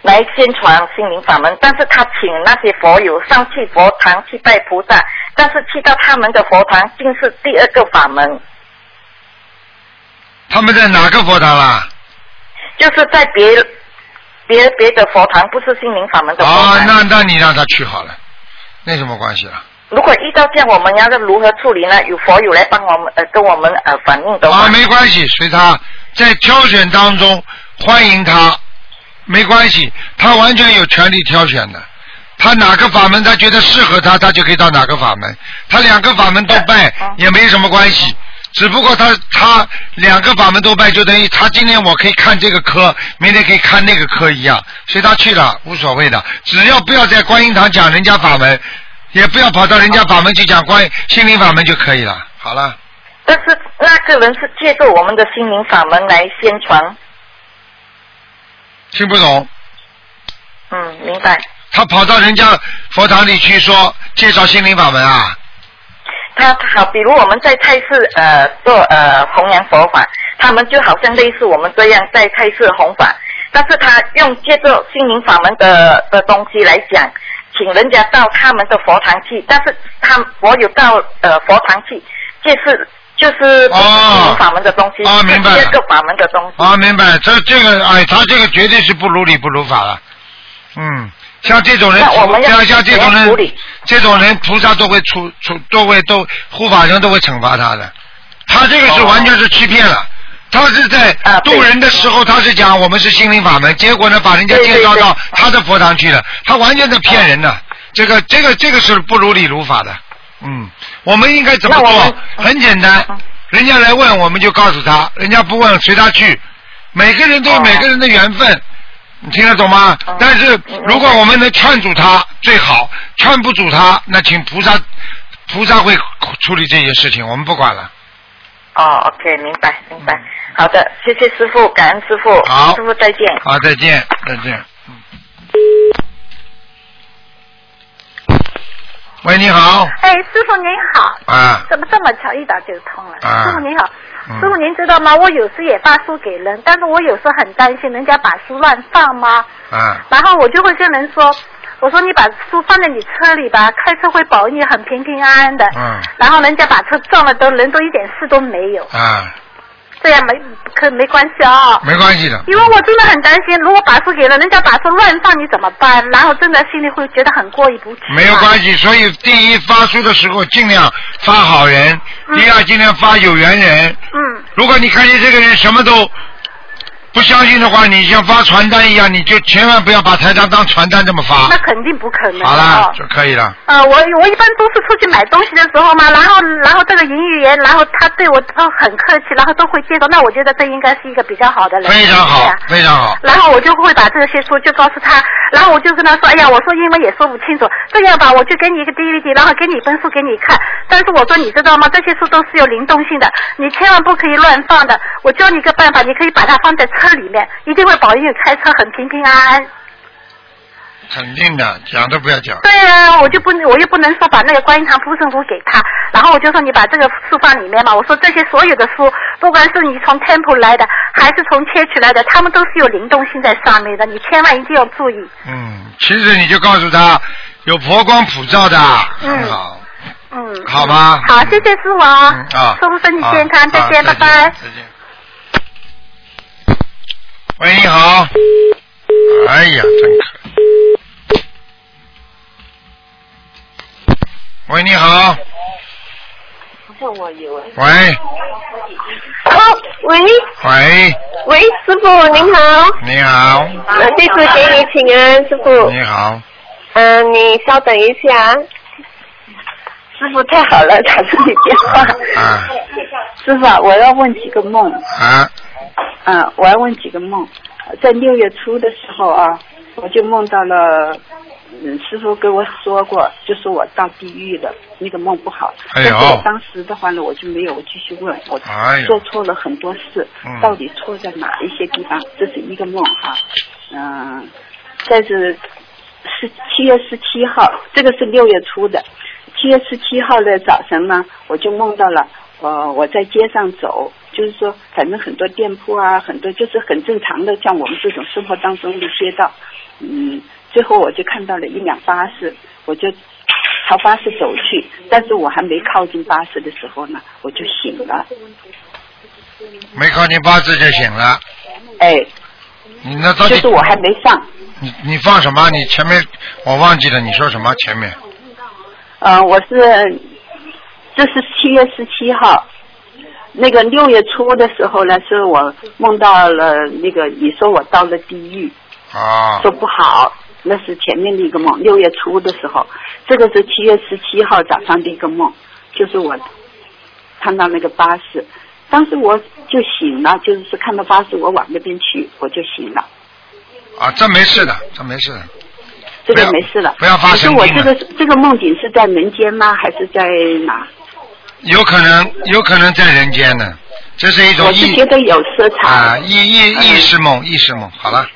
S12: 来宣传心灵法门，但是他请那些佛友上去佛堂去拜菩萨，但是去到他们的佛堂竟是第二个法门，
S2: 他们在哪个佛堂啦？
S12: 就是在别别别的佛堂，不是心灵法门的佛堂。
S2: 啊，那那你让他去好了，那什么关系啊？
S12: 如果遇到这样，我们要是如何处理呢？有佛友来帮我们呃跟我们呃反映的话，
S2: 啊，没关系，随他，在挑选当中欢迎他，没关系，他完全有权利挑选的。他哪个法门他觉得适合他，他就可以到哪个法门。他两个法门都拜也没什么关系，只不过他他两个法门都拜，就等于他今天我可以看这个科，明天可以看那个科一样，随他去了无所谓的，只要不要在观音堂讲人家法门，也不要跑到人家法门去讲观心灵法门就可以了。好了。
S12: 但是那个人是借助我们的心灵法门来宣传，
S2: 听不懂。
S12: 嗯，明白。
S2: 他跑到人家佛堂里去说介绍心灵法门啊，
S12: 他好，比如我们在菜市呃做呃弘扬佛法，他们就好像类似我们这样在菜市弘法，但是他用借助心灵法门的的东西来讲，请人家到他们的佛堂去，但是他我有到呃佛堂去，就是就是不是心灵法门的东西，
S2: 哦明白了
S12: 是第二个法门的东西。
S2: 啊，明白？这这个，哎，他这个绝对是不如理不如法了。嗯，像这种人，
S12: 那我们要
S2: 像像这种
S12: 怎样处
S2: 人
S12: 理，
S2: 这种人菩萨都会处处都会都护法神都会惩罚他的。他这个
S12: 哦
S2: 是完全是欺骗了。他是在
S12: 啊
S2: 渡人的时候，他是讲我们是心灵法门，结果呢把人家
S12: 对对
S2: 介绍
S12: 对
S2: 到他的佛堂去了，他完全在骗人的。这个这个这个是不如理如法的。嗯，我们应该怎么
S12: 那我
S2: 做
S12: 们？嗯
S2: 很简单，人家来问我们就告诉他，人家不问随他去。每个
S12: 哦
S2: 人都有每个人的缘分，你听得懂吗？但是
S12: 嗯
S2: 如果我们能劝阻他最好，劝不阻他，那请菩萨，菩萨会处理这些事情，我们不管了。
S12: 哦，OK，明白明白。好的，谢谢师傅，感恩师傅，
S2: 嗯好
S12: 师傅再见。
S2: 好，再见，再见。嗯。喂，你好，
S13: 哎，师傅您好。
S2: 啊
S13: 怎么这么巧，一打就通了？
S2: 啊
S13: 师傅您好，
S2: 嗯
S13: 师傅您知道吗？我有时也发书给人，但是我有时候很担心人家把书乱放吗？
S2: 啊，
S13: 然后我就会跟人说，我说你把书放在你车里吧，开车会保佑你很平平安安的。
S2: 嗯，
S13: 然后人家把车撞了都，人都一点事都没有，
S2: 啊，
S13: 这样没可没关系啊、
S2: 没关系的，
S13: 因为我真的很担心，如果把书给了人家把书乱放，你怎么办？然后真的心里会觉得很过意不去。
S2: 没有关系。所以第一发书的时候尽量发好人，第二尽量发有缘人。
S13: 嗯
S2: 如果你看见这个人什么都不相信的话，你像发传单一样，你就千万不要把台长当传单这么发
S13: 那。肯定不可能。
S2: 啊好啦
S13: 哦，
S2: 就可以了。
S13: 呃，我我一般都是出去买东西的时候嘛，然后然后这个营业员，然后他对我都很客气，然后都会介绍，那我觉得这应该是一个比较好的人，
S2: 非常
S13: 对
S2: 好
S13: 呀，
S2: 非常好。
S13: 然后我就会把这些书就告诉他，然后我就跟他说，哎呀，我说英文也说不清楚，这样吧，我就给你一个 DVD，然后给你一本书给你看。但是我说你知道吗？这些书都是有灵动性的，你千万不可以乱放的。我教你一个办法，你可以把它放在车里面，一定会保佑你开车很平平安安。
S2: 肯定的，讲都不要讲。
S13: 对啊，我就不能，我又不能说把那个观音堂护身符给他，然后我就说你把这个书放里面嘛。我说这些所有的书，不管是你从 temple 来的，还是从 church 来的，他们都是有灵动性在上面的，你千万一定要注意。
S2: 嗯，其实你就告诉他，有佛光普照的，很好，
S13: 嗯，
S2: 好吗？
S13: 好，谢谢师傅啊，
S2: 啊，
S13: 祝福身体健康，
S2: 啊
S13: 再见，
S2: 啊
S13: 拜拜。
S2: 再见。喂，你好。哎呀，真可。喂，你好。
S14: 不是我有啊。
S2: 喂，
S14: 哦，喂
S2: 喂，
S14: 喂，师傅您好，
S2: 你好，
S14: 呃，弟子给你请安，师傅，
S2: 你好，
S14: 嗯、你稍等一下，啊师傅太好了，打通你电话，
S2: 啊
S14: 师傅啊，我要问几个梦，
S2: 啊，
S14: 嗯、我要问几个梦，在六月初的时候啊，我就梦到了，嗯，师傅跟我说过，就是我到地狱了，那个梦不好，
S2: 哎
S14: 但是
S2: 呦
S14: 我当时的话呢，我就没有继续问，我
S2: 哎
S14: 做
S2: 呦，
S14: 错了很多事，
S2: 嗯
S14: 到底错在哪一些地方？这是一个梦哈，嗯、再是是七月十七号，这个是六月初的，七月十七号的早晨呢，我就梦到了，呃，我在街上走，就是说，反正很多店铺啊，很多就是很正常的，像我们这种生活当中的街道，嗯，最后我就看到了一辆巴士，我就朝巴士走去，但是我还没靠近巴士的时候呢，我就醒了。
S2: 没靠近八字就醒了。
S14: 哎，
S2: 你那到底
S14: 就是我还没上，
S2: 你你放什么？你前面我忘记了，你说什么？前面
S14: 呃，我是这是七月十七号，那个六月初的时候呢，是我梦到了那个你说我到了地狱，
S2: 啊
S14: 说不好，那是前面的一个梦，六月初的时候，这个是七月十七号早上的一个梦，就是我看到那个巴士，当时我就醒了，就是说看到巴士我往那边去，我就醒了。
S2: 啊，这没事的，这没事的。
S14: 这个没事了，
S2: 不要发
S14: 可是
S2: 神
S14: 我
S2: 经
S14: 这
S2: 了
S14: 个这个梦境是在人间吗？还是在哪？
S2: 有可能，有可能在人间呢，这是一种
S14: 我是
S2: 意
S14: 觉得有色彩嗯
S2: 啊意意意识梦，意识梦。好了，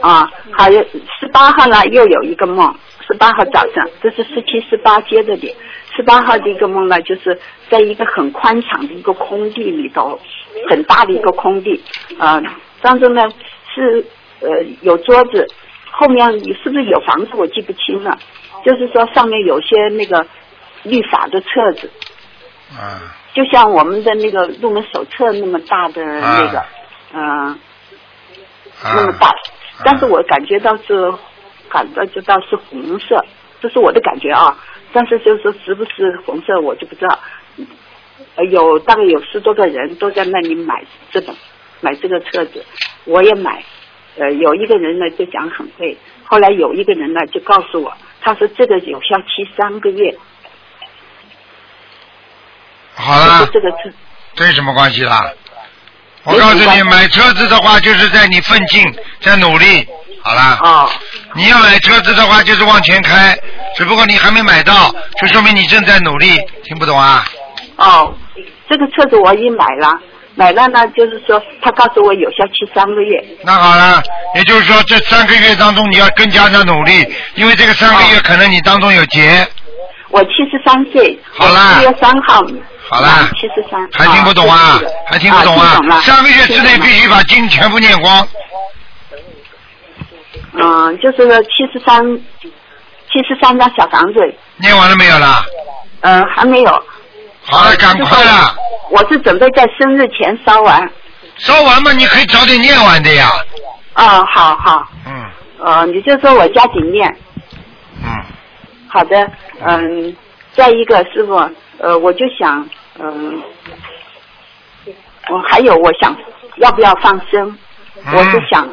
S14: 啊，还有十八号呢，又有一个梦，十八号早上，这是十七、十八接着的。十八号的一个梦呢，就是在一个很宽敞的一个空地里头，很大的一个空地，呃，当中呢是呃有桌子，后面是不是有房子我记不清了，就是说上面有些那个律法的册子，
S2: 啊
S14: 就像我们的那个入门手册那么大的那
S9: 啊
S14: 个，嗯、那么
S2: 啊
S14: 大，但是我感觉到是，感到就到是红色，这是我的感觉啊。但是就是说是不是红色我就不知道。呃有大概有十多个人都在那里买这本，买这个册子，我也买。呃，有一个人呢就讲很贵，后来有一个人呢就告诉我，他说这个有效期三个月，
S2: 好
S14: 就是
S2: 了，
S14: 这个册
S2: 这有什么关系啦？我
S14: 没什
S2: 告
S14: 么
S2: 诉
S14: 关
S2: 你，
S14: 系
S2: 买车子的话就是在你奋进，在努力。好啦。
S14: 哦。
S2: 你要买车子的话就是往前开，只不过你还没买到，就说明你正在努力。听不懂啊？
S14: 哦，这个册子我已买了，买了呢就是说他告诉我有效期三个月，
S2: 那好了，也就是说这三个月当中你要更加的努力，因为这个三个月可能你当中有劫。
S14: 哦我七十三岁，
S2: 好啦
S14: 七月三号，
S2: 好啦，
S14: 七十三，
S2: 还听不懂啊
S14: 啊？
S2: 还听不懂
S14: 啊
S2: 啊
S14: 听懂了？
S2: 三个月之内必须把经全部念光。
S14: 嗯，就是说七十三，七十三张小房子，
S2: 念完了没有啦？
S14: 呃，还没有。
S2: 好
S14: 啊
S2: 了，赶快啦！
S14: 我是准备在生日前烧完。
S2: 烧完嘛，你可以早点念完的呀。
S14: 啊、好好，
S2: 嗯
S14: 呃，你就说我加紧念。
S2: 嗯。
S14: 好的，嗯，再一个师傅，呃，我就想，嗯、我还有我想要不要放生？
S2: 嗯
S14: 我是想，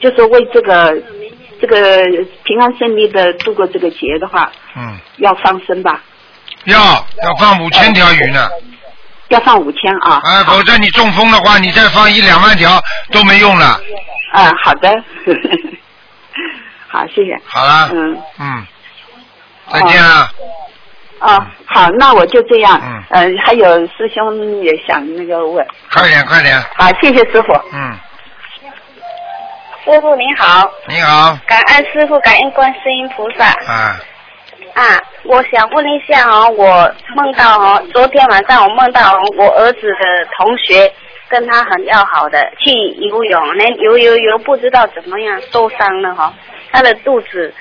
S14: 就是为这个这个平安顺利的度过这个节的话，
S2: 嗯，
S14: 要放生吧，
S2: 要要放五千条鱼呢，
S14: 要放五千啊。
S2: 啊，否则你中风的话，你再放一两万条都没用了。
S14: 嗯，好的， 好，谢谢。
S2: 好了，
S14: 嗯
S2: 嗯，再见了。
S14: 啊，好，那我就这样。
S2: 嗯。
S14: 呃，还有师兄也想那个问。
S2: 快点快点，
S14: 好，谢谢师傅。
S2: 嗯，
S15: 师傅您好，
S2: 你好，
S15: 感恩师傅，感恩观世音菩萨
S2: 啊，
S15: 啊！我想问一下哦，我梦到哦，昨天晚上我梦到哦，我儿子的同学跟他很要好的去游泳，那游游游不知道怎么样受伤了哈、哦，他的肚子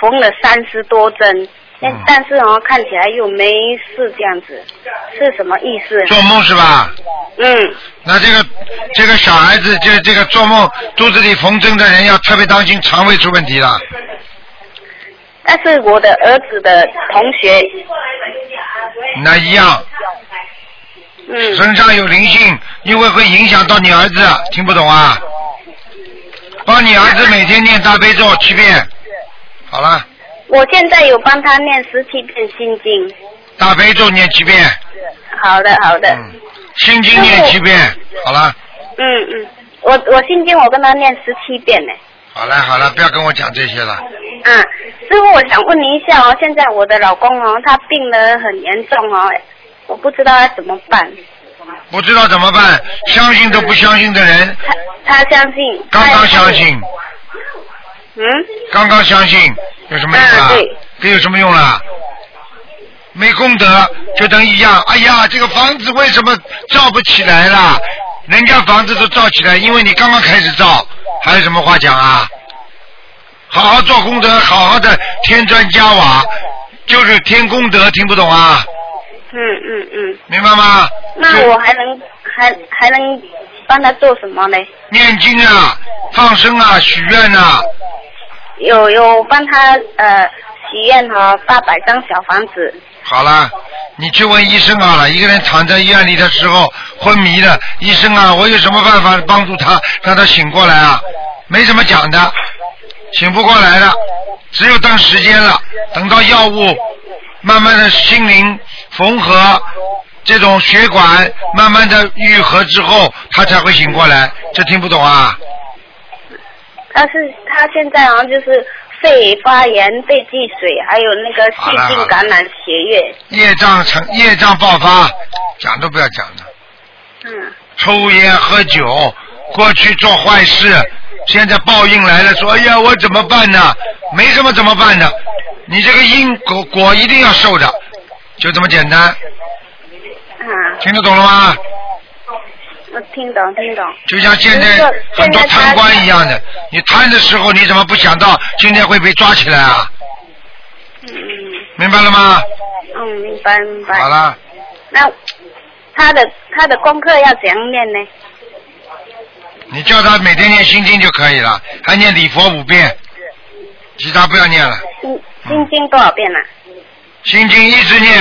S15: 缝了三十多针，那、
S2: 嗯
S15: 但是哦看起来又没事这样子，是什么意思？
S2: 做梦是吧？
S15: 嗯，
S2: 那这个这个小孩子，这这个做梦肚子里缝针的人要特别当心肠胃出问题了。
S15: 但是我的儿子的同学，
S2: 那一样。
S15: 嗯。
S2: 身上有灵性，因为会影响到你儿子，听不懂啊？帮你儿子每天念大悲咒七遍，好了，
S15: 我现在有帮他念十七遍心经。
S2: 大悲咒念七遍，
S15: 好的，好的。
S2: 嗯心经念七遍，好了，
S15: 嗯嗯，我我心经我跟他念十七遍呢。
S2: 好了，好了，不要跟我讲这些了。
S15: 嗯，师傅，我想问您一下哦，现在我的老公哦，他病得很严重哦，我不知道该怎么办。
S2: 不知道怎么办，相信都不相信的人，
S15: 他相信。
S2: 刚刚相信，
S15: 嗯，
S2: 刚刚相信，有什么用啊？这有什么用啦？没功德就等一样。哎呀，这个房子为什么造不起来啦？人家房子都造起来，因为你刚刚开始造，还有什么话讲啊？好好做功德，好好的添砖加瓦，就是添功德，听不懂啊？
S15: 嗯嗯嗯。
S2: 明白吗？嗯
S15: 那我还能还还能帮他做什么呢？
S2: 念经啊，放生啊，许愿啊，
S15: 有有帮他呃许愿哦，八百张小房子。
S2: 好了，你去问医生好了。一个人躺在医院里的时候昏迷的，医生啊，我有什么办法帮助他让他醒过来啊？没什么讲的，醒不过来的，只有等时间了，等到药物慢慢的心灵缝合，这种血管慢慢的愈合之后，他才会醒过来。这听不懂啊？
S15: 但是他现在好像就是肺发炎、肺积水，还有那个
S2: 好了好
S15: 细
S2: 了
S15: 菌感染血液。
S2: 业障成业障爆发，讲都不要讲了。
S15: 嗯
S2: 抽烟喝酒，过去做坏事，现在报应来了，说哎呀我怎么办呢？没什么怎么办的，你这个因果果一定要受的，就这么简单，
S15: 嗯，
S2: 听得懂了吗？
S15: 我嗯听懂听懂。
S2: 就像现在很多贪官一样的，你贪的时候你怎么不想到今天会被抓起来啊？明白了吗？
S15: 嗯，明白明白。
S2: 好了，
S15: 那他的他的功课要怎样练呢？
S2: 你叫他每天念心经就可以了，还念礼佛五遍，其他不要念了。
S15: 心
S2: 嗯
S15: 心经多少遍啊了、
S2: 心经一直念，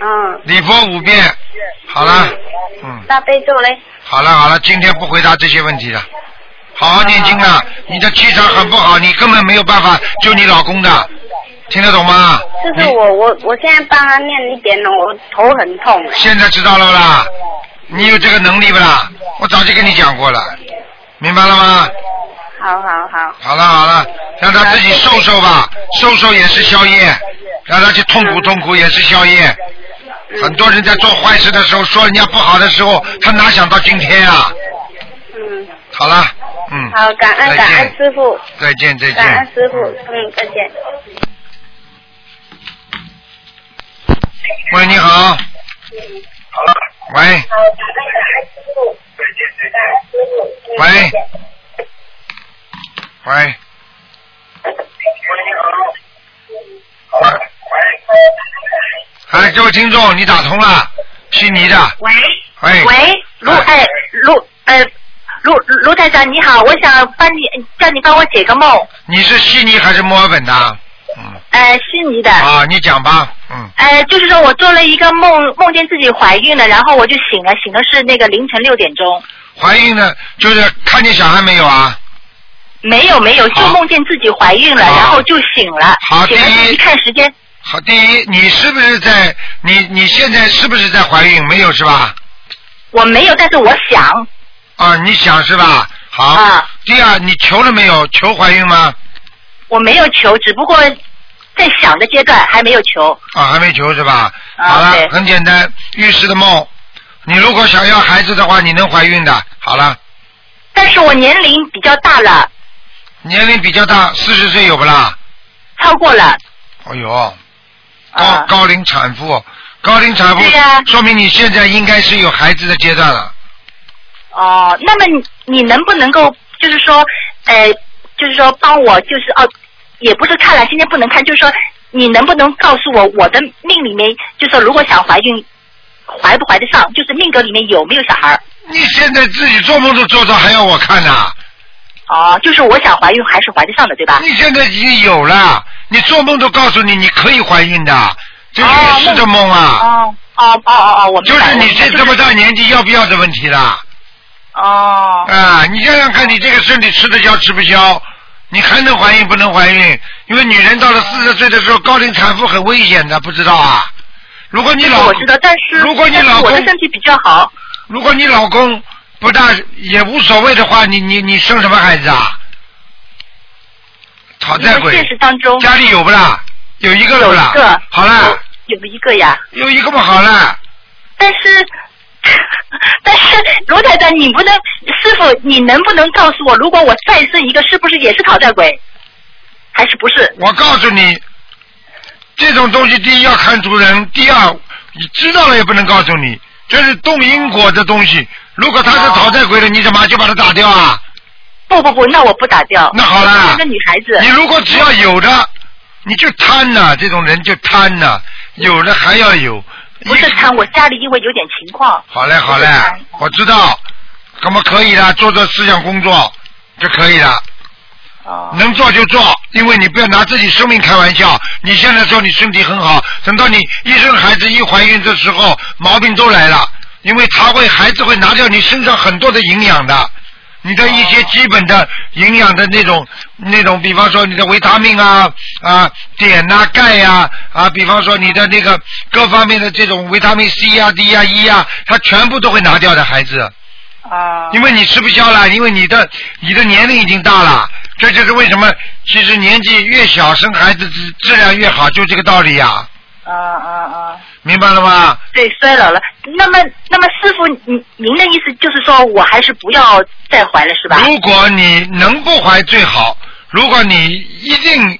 S15: 嗯，
S2: 礼佛五遍，好了，嗯。
S15: 大悲咒嘞？
S2: 好了好了，今天不回答这些问题了，好好念经啊！你的气场很不好，你根本没有办法救你老公的，听得懂吗？
S15: 就是我我我现在帮他念一点了，哦我头很痛哎。
S2: 现在知道了不啦？你有这个能力不啦？我早就跟你讲过了，明白了吗？
S15: 好好好，
S2: 好了好了，让他自己受受吧，受受也是消业，让他去痛苦痛苦也是消业。很多人在做坏事的时候说人家不好的时候，他哪想到今天啊？
S15: 嗯，
S2: 好了，嗯，
S15: 好，感恩感恩师傅，
S2: 再见再
S15: 感
S2: 见
S15: 恩。师傅，嗯，再见。
S2: 喂，你好。喂。喂。喂。哎，这位听众，你打通了，悉尼的。
S7: 喂
S2: 喂。
S7: 喂，卢哎卢呃卢卢台长你好，我想帮你叫你帮我解个梦，
S2: 你是悉尼还是墨尔本的？
S7: 呃悉尼的，
S2: 啊，你讲吧。嗯。
S7: 呃就是说我做了一个梦，梦见自己怀孕了，然后我就醒了，醒了是那个凌晨六点钟，
S2: 怀孕了就是看见小孩没有啊？
S7: 没有没有，就梦见自己怀孕了，然后就醒了。
S2: 好，第
S7: 醒了
S2: 一，
S7: 一看时间，
S2: 好，第一，你是不是在你你现在是不是在怀孕？没有是吧？
S7: 我没有，但是我想。
S2: 啊，你想是吧？好。啊。第二，你求了没有？求怀孕吗？
S7: 我没有求，只不过在想的阶段还没有求。
S2: 啊，还没求是吧？
S7: 啊
S2: 好了，很简单，预示的梦。你如果想要孩子的话，你能怀孕的。好了，
S7: 但是我年龄比较大了，
S2: 年龄比较大，四十岁有不啦？
S7: 超过了。
S2: 哎呦，高、
S7: 啊
S2: 高龄产妇，高龄产妇，说明你现在应该是有孩子的阶段了。
S7: 哦，那么你你能不能够就是说，呃，就是说帮我就是哦，也不是看了，今天不能看，就是说你能不能告诉我我的命里面，就是说如果想怀孕，怀不怀得上，就是命格里面有没有小孩儿？
S2: 你现在自己做梦都做到，还要我看呐、
S7: 哦，就是我想怀孕还是怀得上的，对吧？
S2: 你现在已经有了，你做梦都告诉你你可以怀孕的，这
S7: 哦
S2: 预示的梦啊，
S7: 哦哦哦
S14: 啊
S7: 哦哦，我
S2: 就
S7: 明白
S2: 是
S7: 了
S2: 你这这么大年纪要不要的问题啦。
S7: 哦。
S2: 啊，你想想看，你这个身体吃得消吃不消，你还能怀孕不能怀孕？因为女人到了四十岁的时候，高龄产妇很危险的，不知道啊。如果你
S7: 这个
S2: 老
S7: 我知道，但是
S2: 如果你
S7: 但是
S2: 老
S7: 我
S2: 公
S7: 的身体比较好，
S2: 如果你老公不大也无所谓的话，你你你生什么孩子啊？讨债鬼。
S7: 因为现实当中
S2: 家里有不啦？有一个了
S7: 有
S2: 不
S7: 一
S2: 啦？
S7: 个
S2: 好啦，
S7: 有一个呀。
S2: 有一个不好啦。
S7: 但是， 但是卢台长，你不能，师傅，你能不能告诉我，如果我再生一个，是不是也是讨债鬼？还是不是？
S2: 我告诉你，这种东西第一要看主人，第二你知道了也不能告诉你，这是动因果的东西。如果他是讨债鬼的，你怎么就把他打掉啊？
S7: 不不不，那我不打掉。
S2: 那好啦
S7: 我是个女孩子。
S2: 你如果只要有的，你就贪呐、这种人就贪呐、有的还要有。
S7: 不是贪，我家里因为有点情况。
S2: 好嘞，好嘞，我知道，那么可以了，做做思想工作就可以了。能做就做，因为你不要拿自己生命开玩笑。你现在说你身体很好，等到你一生孩子一怀孕的时候，毛病都来了，因为他会孩子会拿掉你身上很多的营养的，你的一些
S7: 哦
S2: 基本的营养的那种那种，比方说你的维他命啊啊碘呐、钙呀啊比方说你的那个各方面的这种维他命 C 呀、D 呀、E 呀、它全部都会拿掉的孩子。
S7: 啊
S2: 因为你吃不消了，因为你的你的年龄已经大了，这就是为什么其实年纪越小生孩子质质量越好，就这个道理呀、
S7: 啊啊啊！
S2: 明白了吗？
S7: 对，衰老了。那么，那么师傅，您您的意思就是说我还是不要再怀了，是吧？
S2: 如果你能不怀最好，如果你一定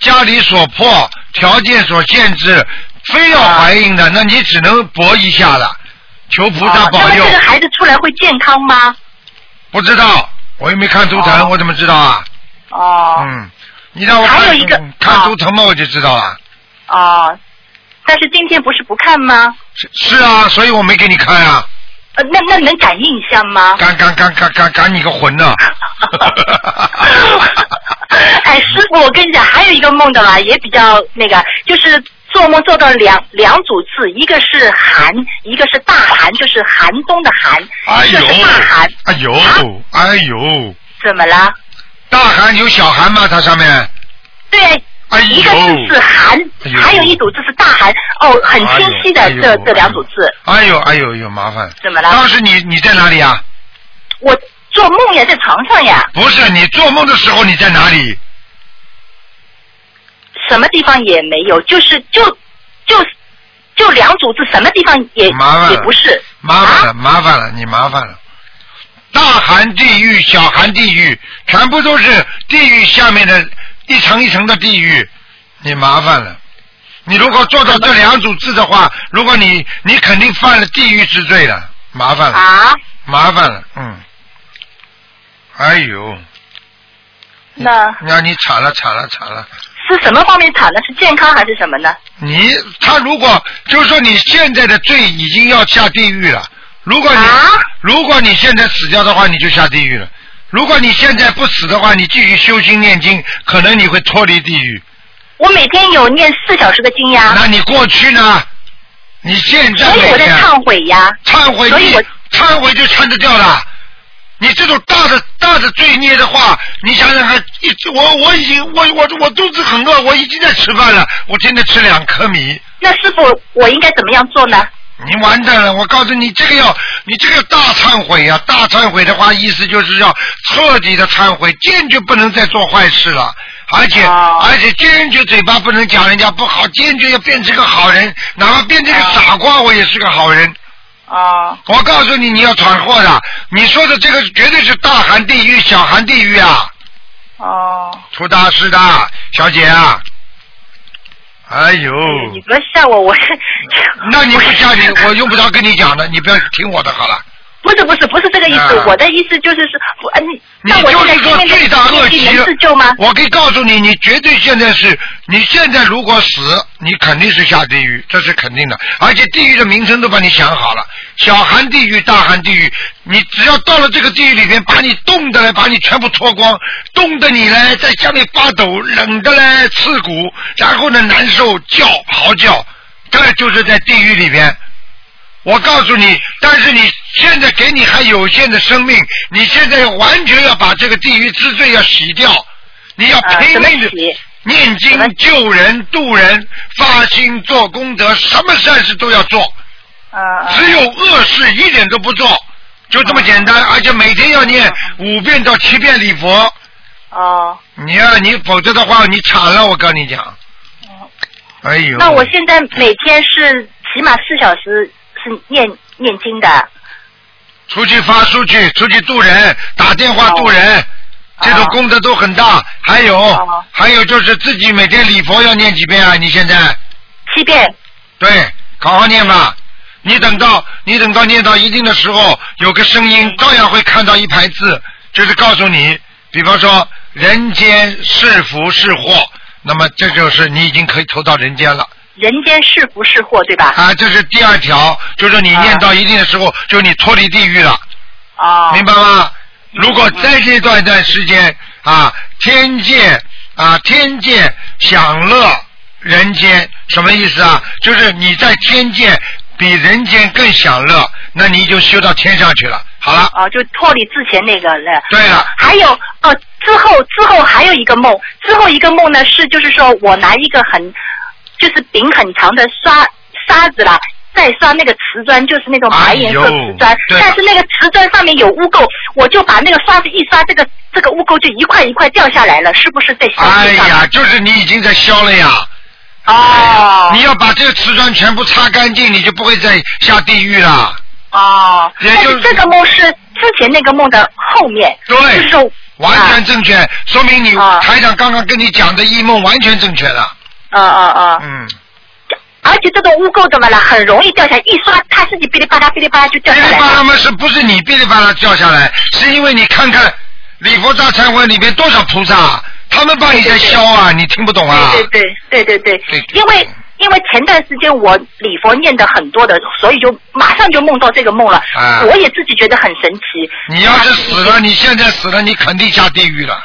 S2: 家里所迫、条件所限制，非要怀孕的，那你只能搏一下了，求菩萨
S7: 啊那
S2: 保
S7: 么
S2: 佑。
S7: 这个孩子出来会健康吗？
S2: 不知道，我又没看图腾，我怎么知道啊？
S7: 哦。
S2: 嗯，你让我
S7: 还
S2: 看
S7: 有一个
S2: 嗯看图腾嘛，我就知道了。
S7: 哦，但是今天不是不看吗？
S2: 是是啊，所以我没给你看啊。
S7: 呃，那那能感应一下吗？
S2: 赶赶赶赶赶赶你个魂
S7: 啊
S2: 呐、
S7: 哎，师傅，我跟你讲，还有一个梦的啦，也比较那个，就是做梦做到两两组字，一个是寒，一个是大寒，就是寒冬的寒，
S2: 哎
S7: 一个
S2: 呦
S7: 是大寒，，
S2: 哎呦，
S7: 啊
S2: 哎呦，
S7: 怎么啦？
S2: 大寒有小寒吗？它上面？
S7: 对，
S2: 哎
S7: 一个字是寒，还有一组字是大寒，哦，很清晰的、
S2: 哎呦
S7: 这
S2: 哎呦
S7: 这两组字，
S2: 哎呦哎呦哎呦，麻烦。
S7: 怎么啦？
S2: 当时你你在哪里啊？
S7: 我做梦呀，在床上呀，
S2: 不是，你做梦的时候你在哪里？
S7: 什么地方也没有，就是就就就两组字，什么地方也
S2: 麻烦了
S7: 也不是。啊
S2: 麻烦了，麻烦了，你麻烦了。大寒地狱、小寒地狱，全部都是地狱下面的一层一层的地狱，你麻烦了。你如果做到这两组字的话，如果你你肯定犯了地狱之罪了，麻烦了，
S7: 啊，
S2: 麻烦了，嗯。哎呦，嗯
S7: 那
S2: 那你惨了惨了惨了！
S7: 是什么方面惨呢？是健康还是什么呢？
S2: 你他如果就是说你现在的罪已经要下地狱了，如果你、
S7: 啊
S2: 如果你现在死掉的话，你就下地狱了。如果你现在不死的话，你继续修心念经，可能你会脱离地狱。
S7: 我每天有念四小时的经呀，
S2: 那你过去呢？你现在
S7: 所以我
S2: 每
S7: 在
S2: 天
S7: 忏悔呀。
S2: 忏悔
S7: 所以
S2: 你
S7: 我
S2: 忏悔就忏得掉了。你这种大的大的罪孽的话，你想想看，一我我已经我我我肚子很饿，我已经在吃饭了，我今天吃两颗米。
S7: 那师傅，我应该怎么样做呢？
S2: 你完蛋了！我告诉你，这个要你这个要大忏悔呀、大忏悔的话，意思就是要彻底的忏悔，坚决不能再做坏事了，而且、
S7: 啊
S2: 而且坚决嘴巴不能讲人家不好，坚决要变成个好人，哪怕变成个
S7: 啊
S2: 傻瓜，我也是个好人。
S12: 哦，
S2: 我告诉你，你要闯祸的，你说的这个绝对是大寒地狱、小寒地狱啊！
S12: 哦，
S2: 出大事的，小姐啊！哎呦，
S12: 你不要吓我，我
S2: 那你不下去，我用不着跟你讲的，你不要听我的好了。
S7: 不是不是不是这个意思，
S2: 啊
S7: 我的意思就是说，我呃你
S2: 你
S7: 那我
S2: 就
S7: 现在
S2: 是说
S7: 念
S2: 罪大恶哎极
S7: 念能自救吗？
S2: 我可以告诉你，你绝对现在是，你现在如果死，你肯定是下地狱，这是肯定的。而且地狱的名称都帮你想好了，小寒地狱、大寒地狱，你只要到了这个地狱里面，把你冻的嘞，把你全部脱光，冻的你嘞在下面发抖，冷的嘞刺骨，然后呢难受叫嚎叫，这就是在地狱里边。我告诉你，但是你现在给你还有限的生命，你现在完全要把这个地狱之罪要洗掉，你要
S7: 啊
S2: 拼命的念经、救人、渡人、发心做功德，什么善事都要做。
S7: 啊
S2: 只有恶事一点都不做，就
S7: 啊
S2: 这么简单，而且每天要念五遍到七遍礼佛。
S12: 哦。
S2: 你要、你否则的话，你惨了，我跟你讲。哎呦。
S7: 嗯那我现在每天是起码四小时是念念经的。
S2: 出去发出去，出去渡人，打电话渡人，
S7: 哦
S2: 这种功德都很大。还有、还有就是自己每天礼佛要念几遍啊？你现在
S7: 七遍。
S2: 对，好好念吧。你等到你等到念到一定的时候，有个声音照样会看到一排字，就是告诉你，比方说人间是福是祸，那么这就是你已经可以投到人间了。
S7: 人间是福是祸，对吧？
S2: 啊，这是第二条，就是你念到一定的时候，就你脱离地狱了。
S12: 啊
S2: 明白吗？如果在这段一段时间啊，天界啊，天界享乐人间，什么意思啊？就是你在天界比人间更享乐，那你就修到天上去了。好了，
S7: 哦，就脱离之前那个了。
S2: 对了，
S7: 还有哦，之后之后还有一个梦，之后一个梦呢是就是说我拿一个很就是柄很长的刷沙子啦，再刷那个瓷砖，就是那种白
S2: 哎
S7: 颜色瓷砖，但是那个瓷砖上面有污垢，我就把那个刷子一刷，这个这个污垢就一块一块掉下来了，是不是在心
S2: 哎
S7: 上？
S2: 呀，就是你已经在消了呀。
S7: 啊
S2: 哦。你要把这个瓷砖全部擦干净，你就不会再下地狱了。
S7: 哦，但是这个梦是之前那个梦的后面，啊
S2: 对，完全正确，说明你、台长刚刚跟你讲的异梦完全正确了。
S7: 啊啊啊！
S2: 嗯。
S7: 而且这种污垢怎么了，很容易掉下来，一刷它自己噼里啪啦噼里啪啦就掉下来
S2: 噼里啪啦
S7: 了。
S2: 嘛，是不是你噼里啪啦掉下来？是因为你看看礼佛大忏悔里面多少菩萨，他们帮你在消啊，你听不懂啊？
S7: 对对对对对对，因为因为前段时间我礼佛念的很多的，所以就马上就梦到这个梦了。
S2: 啊
S7: 我也自己觉得很神奇。
S2: 你要是死了，你现在死了，你肯定下地狱了。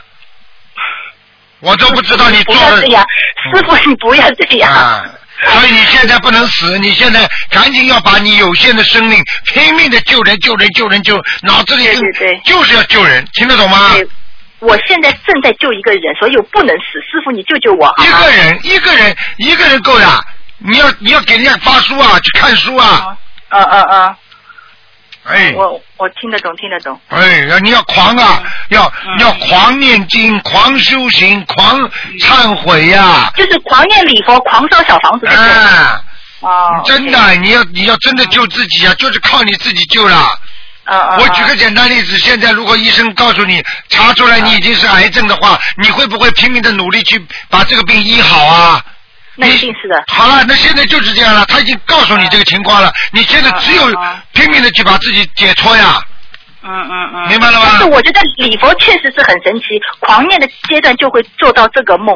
S2: 我都不知道你
S7: 不
S2: 做
S7: 要
S2: 了嗯
S7: 这。样，师傅你不要这样。
S2: 啊所以你现在不能死，你现在赶紧要把你有限的生命拼命的救人、救人、救人、救，脑子里就就是要救人，听得懂吗？
S7: 我现在正在救一个人，所以我不能死。师傅，你救救我！
S2: 一个人，一个人，一个人够的。你要你要给人家发书啊，去看书啊。
S7: 哦
S12: 嗯嗯嗯。
S2: 哎。
S12: 我我听得懂，听得懂。
S2: 哎，要你要狂啊，
S7: 嗯
S2: 要、要狂念经、狂修行、狂忏悔呀、
S7: 就是狂念礼佛、狂烧小房子。
S2: 啊。
S12: 哦。
S2: 真的，你要你要真的救自己啊，就是靠你自己救了。
S12: 嗯嗯
S2: 我举个简单例子，现在如果医生告诉你查出来你已经是癌症的话，你会不会拼命的努力去把这个病医好啊？
S7: 那一定是的。
S2: 好了，那现在就是这样了，他已经告诉你这个情况了，你现
S7: 嗯
S2: 在只有拼命的去把自己解脱呀。
S12: 嗯嗯嗯。
S2: 明白了吗
S7: 啊但是我觉得礼佛确实是很神奇，狂念的阶段就会做到这个梦，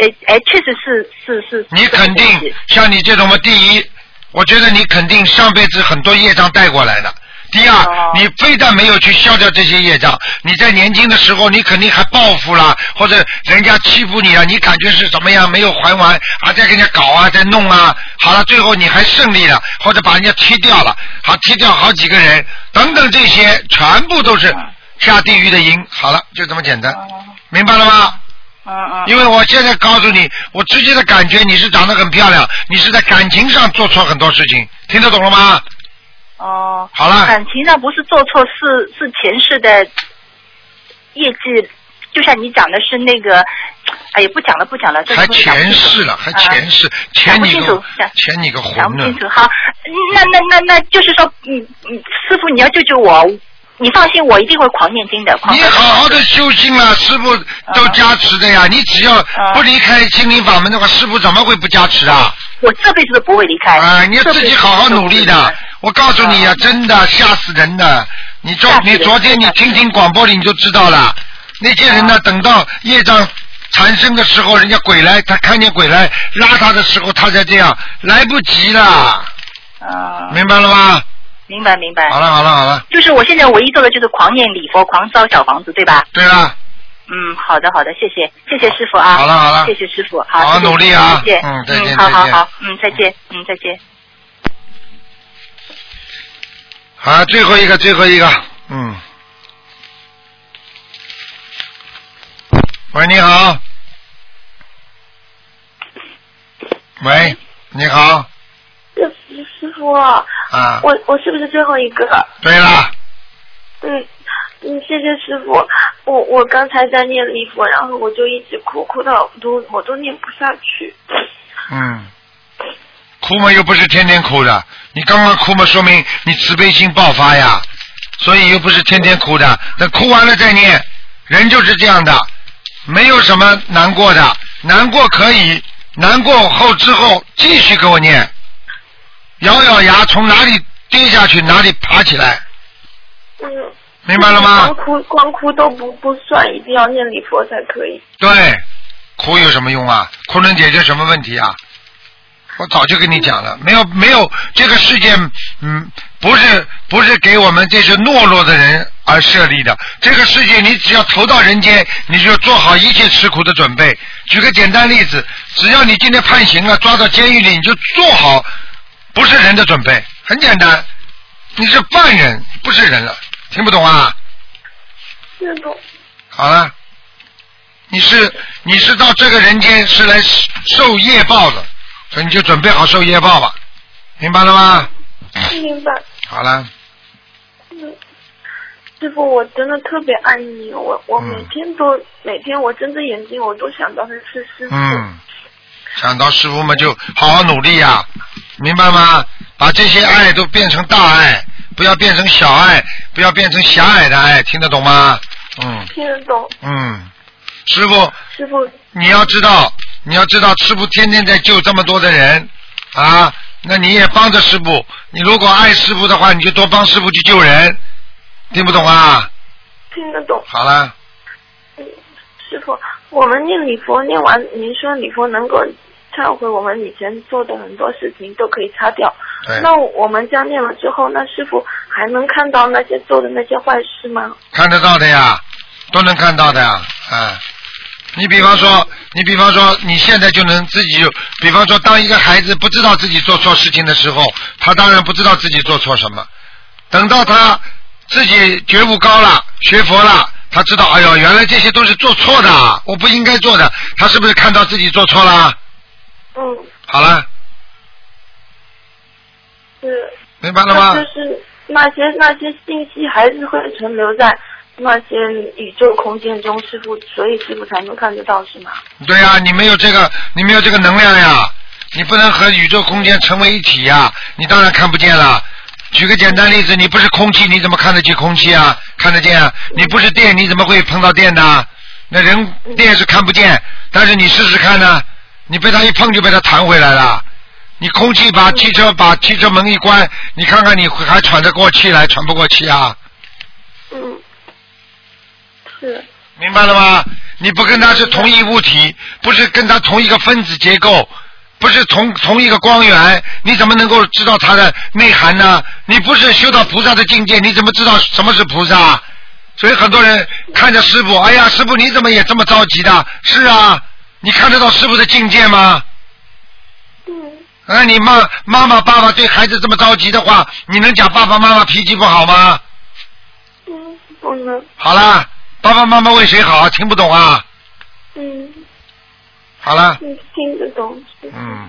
S7: 哎哎，确实是是是。
S2: 你肯定像你这种嘛，第一，我觉得你肯定上辈子很多业障带过来的。第二，你非但没有去消掉这些业障，你在年轻的时候，你肯定还报复啦，或者人家欺负你啊，你感觉是怎么样？没有还完啊，再跟人家搞啊，再弄啊，好了，最后你还胜利了，或者把人家踢掉了，好踢掉好几个人，等等，这些全部都是下地狱的鹰。好了，就这么简单，明白了吗？因为我现在告诉你，我直接的感觉你是长得很漂亮，你是在感情上做错很多事情，听得懂了吗？
S7: 哦，
S2: 好了
S7: 感情上不是做错，是是前世的业绩，就像你讲的是那个，哎呀，不讲了，不讲了，这个
S2: 还
S7: 不讲
S2: 前世了，嗯还前世，前
S7: 讲啊不
S2: 你
S7: 清
S2: 个
S7: 楚，讲
S2: 前你个
S7: 讲
S2: 魂
S7: 不
S2: 呢
S7: 清！楚。好，那那那那就是说，嗯嗯，师傅你要救救我，你放心，我一定会狂念经的，狂
S2: 你好好的修心了，师傅
S7: 啊
S2: 都加持的呀。你只要不离开心灵法门的话，师傅怎么会不加持啊？
S7: 我这辈子都不会离开。
S2: 啊，你要自己好好努力的。我告诉你呀、真的吓死人的。你昨
S7: 啊吓死
S2: 你
S7: 人啊
S2: 昨天你听听广播里你就知道了，那些人呢，等到业障缠身的时候，人家鬼来，他看见鬼来拉他的时候，他才这样，来不及了。
S7: 啊
S2: 明白了吗？
S7: 明白明白。
S2: 好了好了好了，
S7: 就是我现在唯一做的就是狂念礼佛，狂烧小房子，对吧？
S2: 对了，
S7: 嗯，好的好的，谢谢谢谢师傅啊。
S2: 好了好了
S7: 谢谢师傅，
S2: 好
S7: 谢谢
S2: 努力啊
S7: 谢谢，
S2: 嗯再见
S7: 好好
S2: 再见
S7: 好，嗯，再见，嗯，再见。
S2: 好，最后一个最后一个，嗯。喂，你好。喂，你好
S6: 师傅，我
S2: 啊，
S6: 我是不是最后一个？
S2: 对了，
S6: 嗯嗯，谢谢师傅。我我刚才在念礼佛，然后我就一直哭，哭到我都我都念不下去。
S2: 嗯，哭嘛又不是天天哭的，你刚刚哭嘛说明你慈悲心爆发呀，所以又不是天天哭的，那哭完了再念，人就是这样的，没有什么难过的，难过可以，难过后之后继续给我念，咬咬牙从哪里跌下去哪里爬起来，
S6: 嗯，
S2: 明白了吗
S6: 光？哭光哭都不不算，一定要念礼佛才可以。
S2: 对，哭有什么用啊？哭能解决什么问题啊？我早就跟你讲了，没有没有，这个世界，嗯，不是不是给我们这些懦弱的人而设立的。这个世界，你只要投到人间，你就做好一切吃苦的准备。举个简单例子，只要你今天判刑了，抓到监狱里，你就做好不是人的准备，很简单。你是犯人，不是人了，听不懂啊？
S6: 师傅，
S2: 好了，你是你是到这个人间是来受受业报的，所以你就准备好受业报吧，明白了吗？
S6: 明白。
S2: 好了，
S6: 嗯，师傅，我真的特别爱你，我我每
S2: 嗯
S6: 天都、每天我睁着眼睛我都想到的是师傅。
S2: 嗯，想到师傅们就好好努力呀、啊明白吗？把这些爱都变成大爱，不要变成小爱，不要变成狭隘的爱，听得懂吗？嗯
S6: 听得懂，
S2: 嗯，师傅，
S6: 师傅，
S2: 你要知道，你要知道，师傅天天在救这么多的人啊，那你也帮着师傅。你如果爱师傅的话，你就多帮师傅去救人，听不懂啊？
S6: 听得懂。
S2: 好了，
S6: 师傅，我们念礼佛念完，您说礼佛能够忏悔我们以前做的很多事情都可以擦掉
S2: 对。
S6: 那我们这样念了之后，那师傅还能看到那些做的那些坏事吗？
S2: 看得到的呀，都能看到的呀，啊。你比方说，你比方说，你现在就能自己就，比方说，当一个孩子不知道自己做错事情的时候，他当然不知道自己做错什么。等到他自己觉悟高了，学佛了，他知道，哎呦，原来这些都是做错的啊，我不应该做的。他是不是看到自己做错了？
S6: 嗯，
S2: 好了，
S6: 是。
S2: 明白了吗
S6: 那就是那些那些信息还是会存留在那些宇宙空间中，师傅，所以师傅才能看得到，是吗？
S2: 对呀、你没有这个，你没有这个能量呀，你不能和宇宙空间成为一体呀，你当然看不见了。举个简单例子，你不是空气，你怎么看得见空气啊？看得见啊。你不是电，你怎么会碰到电呢？那人电是看不见，但是你试试看呢、你被它一碰就被它弹回来了。你空气把汽车把汽车门一关，你看看你还喘得过气来，喘不过气啊？
S6: 嗯，是。
S2: 明白了吗？你不跟它是同一物体，不是跟它同一个分子结构，不是同同一个光源，你怎么能够知道它的内涵呢？你不是修到菩萨的境界，你怎么知道什么是菩萨？所以很多人看着师傅，哎呀，师傅你怎么也这么着急的？是啊，你看得到师傅的境界吗？那你妈妈妈爸爸对孩子这么着急的话，你能讲爸爸妈妈脾气不好吗？
S6: 后呢？
S2: 好啦，爸爸妈妈为谁好？听不懂啊？
S6: 嗯，
S2: 好啦，
S6: 你听得懂。
S2: 嗯，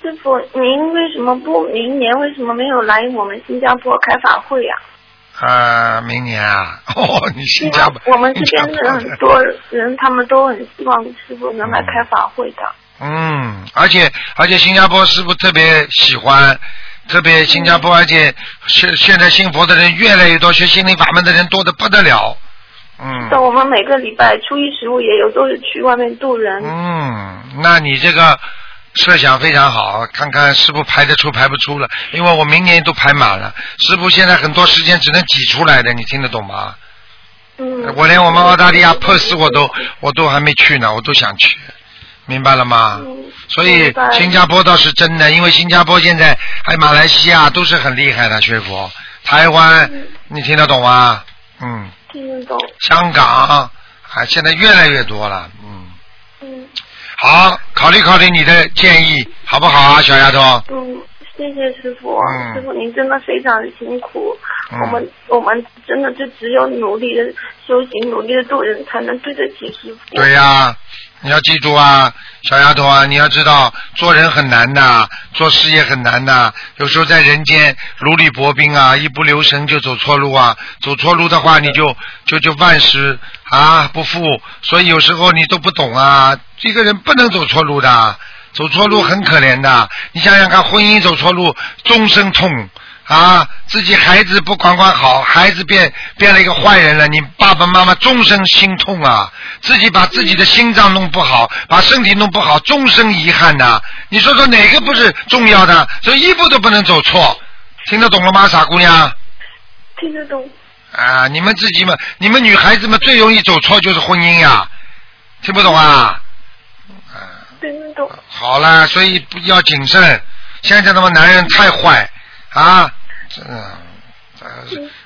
S6: 师傅，您为什么不明年为什么没有来我们新加坡开法会呀、
S2: 呃，明年啊， 哦，你新加坡，
S6: 啊我们这边的很多人，他们都很希望师傅能来开法会的。
S2: 嗯，而且而且新加坡师傅特别喜欢，特别新加
S6: 嗯
S2: 坡，而且现现在信佛的人越来越多，学心灵法门的人多的不得了。嗯
S6: 但我们每个礼拜初一十五也有都是去外面渡人。
S2: 嗯，那你这个设想非常好，看看师傅排得出排不出了，因为我明年都排满了，师傅现在很多时间只能挤出来的，你听得懂吗？
S6: 嗯
S2: 我连我们澳大利亚 Perth 我都我都还没去呢，我都想去，明白了吗？所以
S6: 嗯明白
S2: 新加坡倒是真的，因为新加坡现在还马来西亚都是很厉害的学佛，台湾、
S6: 嗯
S2: 你听得懂吗？嗯，
S6: 听得懂。
S2: 香港啊，现在越来越多了，嗯。
S6: 嗯
S2: 好，考虑考虑你的建议，好不好啊，小丫头？
S6: 嗯，谢谢师傅，
S2: 嗯
S6: 师傅您真的非常辛苦，
S2: 嗯
S6: 我们我们真的就只有努力的修行，努力的做人，才能对得起师傅。
S2: 对呀、你要记住啊，小丫头啊，你要知道做人很难呐，做事业很难呐，有时候在人间如履薄冰啊，一不留神就走错路啊，走错路的话你就就就万事啊不复，所以有时候你都不懂啊，这个人不能走错路的，走错路很可怜的，你想想看，婚姻走错路，终身痛。啊，自己孩子不管管好，孩子变变了一个坏人了，你爸爸妈妈终身心痛啊！自己把自己的心脏弄不好，把身体弄不好，终身遗憾呐、你说说哪个不是重要的？所以一步都不能走错，听得懂了吗，傻姑娘？
S6: 听得懂，
S2: 啊，你们自己嘛，你们女孩子们最容易走错就是婚姻呀、听不懂啊？
S6: 听得懂。
S2: 好啦，所以不要谨慎。现在他们男人太坏啊，嗯，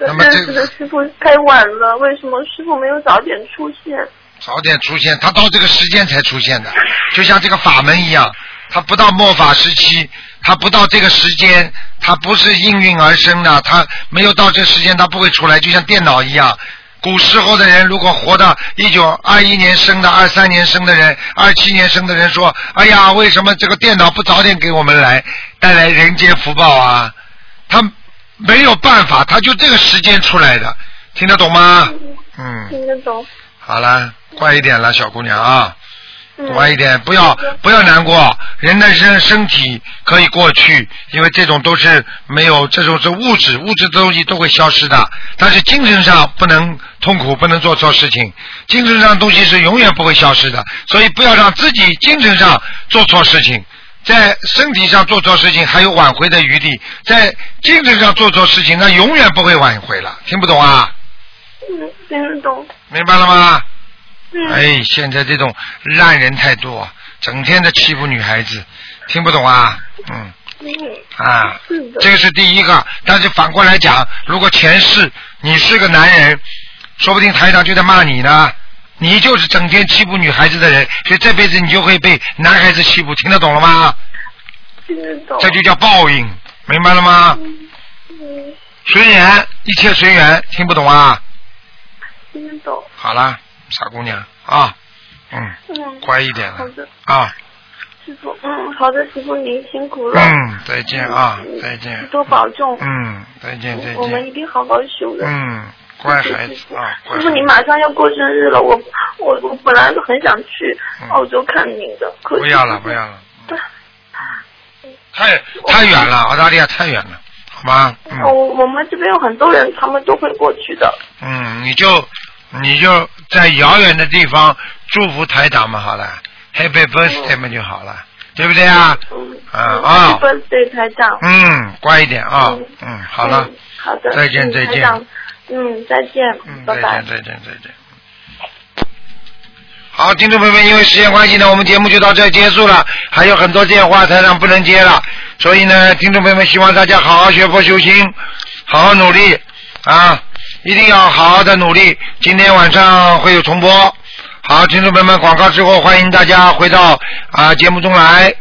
S2: 那么
S6: 嗯认
S2: 这
S6: 识的师傅太晚了，为什么师傅没有早点出现？
S2: 早点出现，他到这个时间才出现的，就像这个法门一样，他不到末法时期，他不到这个时间，他不是应运而生的，他没有到这时间，他不会出来，就像电脑一样。古时候的人如果活到一九二一年生的、二三年生的人、二七年生的人说：“哎呀，为什么这个电脑不早点给我们来带来人间福报啊？”他没有办法，他就这个时间出来的，听得懂吗？嗯。
S6: 听得懂。
S2: 好了，乖一点了，小姑娘啊，
S6: 嗯
S2: 乖一点，不要不要难过。人的身身体可以过去，因为这种都是没有，这种是物质，物质的东西都会消失的。但是精神上不能痛苦，不能做错事情。精神上的东西是永远不会消失的，所以不要让自己精神上做错事情。在身体上做错事情还有挽回的余地，在精神上做错事情，那永远不会挽回了。听不懂啊？
S6: 嗯，听得懂。
S2: 明白了吗？
S6: 嗯。
S2: 哎，现在这种烂人太多，整天的欺负女孩子，听不懂啊？嗯
S6: 嗯，
S2: 啊
S6: 是的，
S2: 这个是第一个。但是反过来讲，如果前世你是个男人，说不定台长就在骂你呢。你就是整天欺负女孩子的人，所以这辈子你就会被男孩子欺负，听得懂了吗？
S6: 听得懂。
S2: 这就叫报应，明白了吗？
S6: 嗯，
S2: 随缘，一切随缘，听不懂啊？
S6: 听得懂。
S2: 好啦，傻姑娘啊，嗯，
S6: 嗯，
S2: 乖一点了
S6: 好的，
S2: 啊，
S6: 师傅，嗯，好的，师傅您辛苦了，
S2: 嗯，再见啊，再见。
S6: 多保重。
S2: 嗯，再见再
S6: 我们
S2: 见。
S6: 一定好好修的。
S2: 嗯，乖孩子啊，乖
S6: 师
S2: 孩
S6: 傅，你
S2: 子。
S6: 马上要过生日了，我我我本来很想去
S2: 嗯
S6: 澳洲看您的，可是
S2: 不要了，不要了。太太远了，澳大利亚太远了，好吗？嗯
S6: 我哦我们这边有很多人，他们都会过去的。
S2: 嗯，你就你就在遥远的地方祝福台长们好了，Happy Birthday 们就好了，对不对啊？
S6: 嗯
S2: 啊啊
S6: Happy，birthday，台长。
S2: 嗯，乖一点啊，嗯，好了
S6: 嗯，好的，
S2: 再见
S6: 嗯
S2: 再见
S6: 台长嗯，再见，拜拜
S2: 再见。再见再见。好，听众朋友们，因为时间关系呢，我们节目就到这儿结束了。还有很多电话台长不能接了，所以呢，听众朋友们，希望大家好好学佛修心，好好努力啊，一定要好好的努力。今天晚上会有重播。好，听众朋友们，广告之后，欢迎大家回到啊节目中来。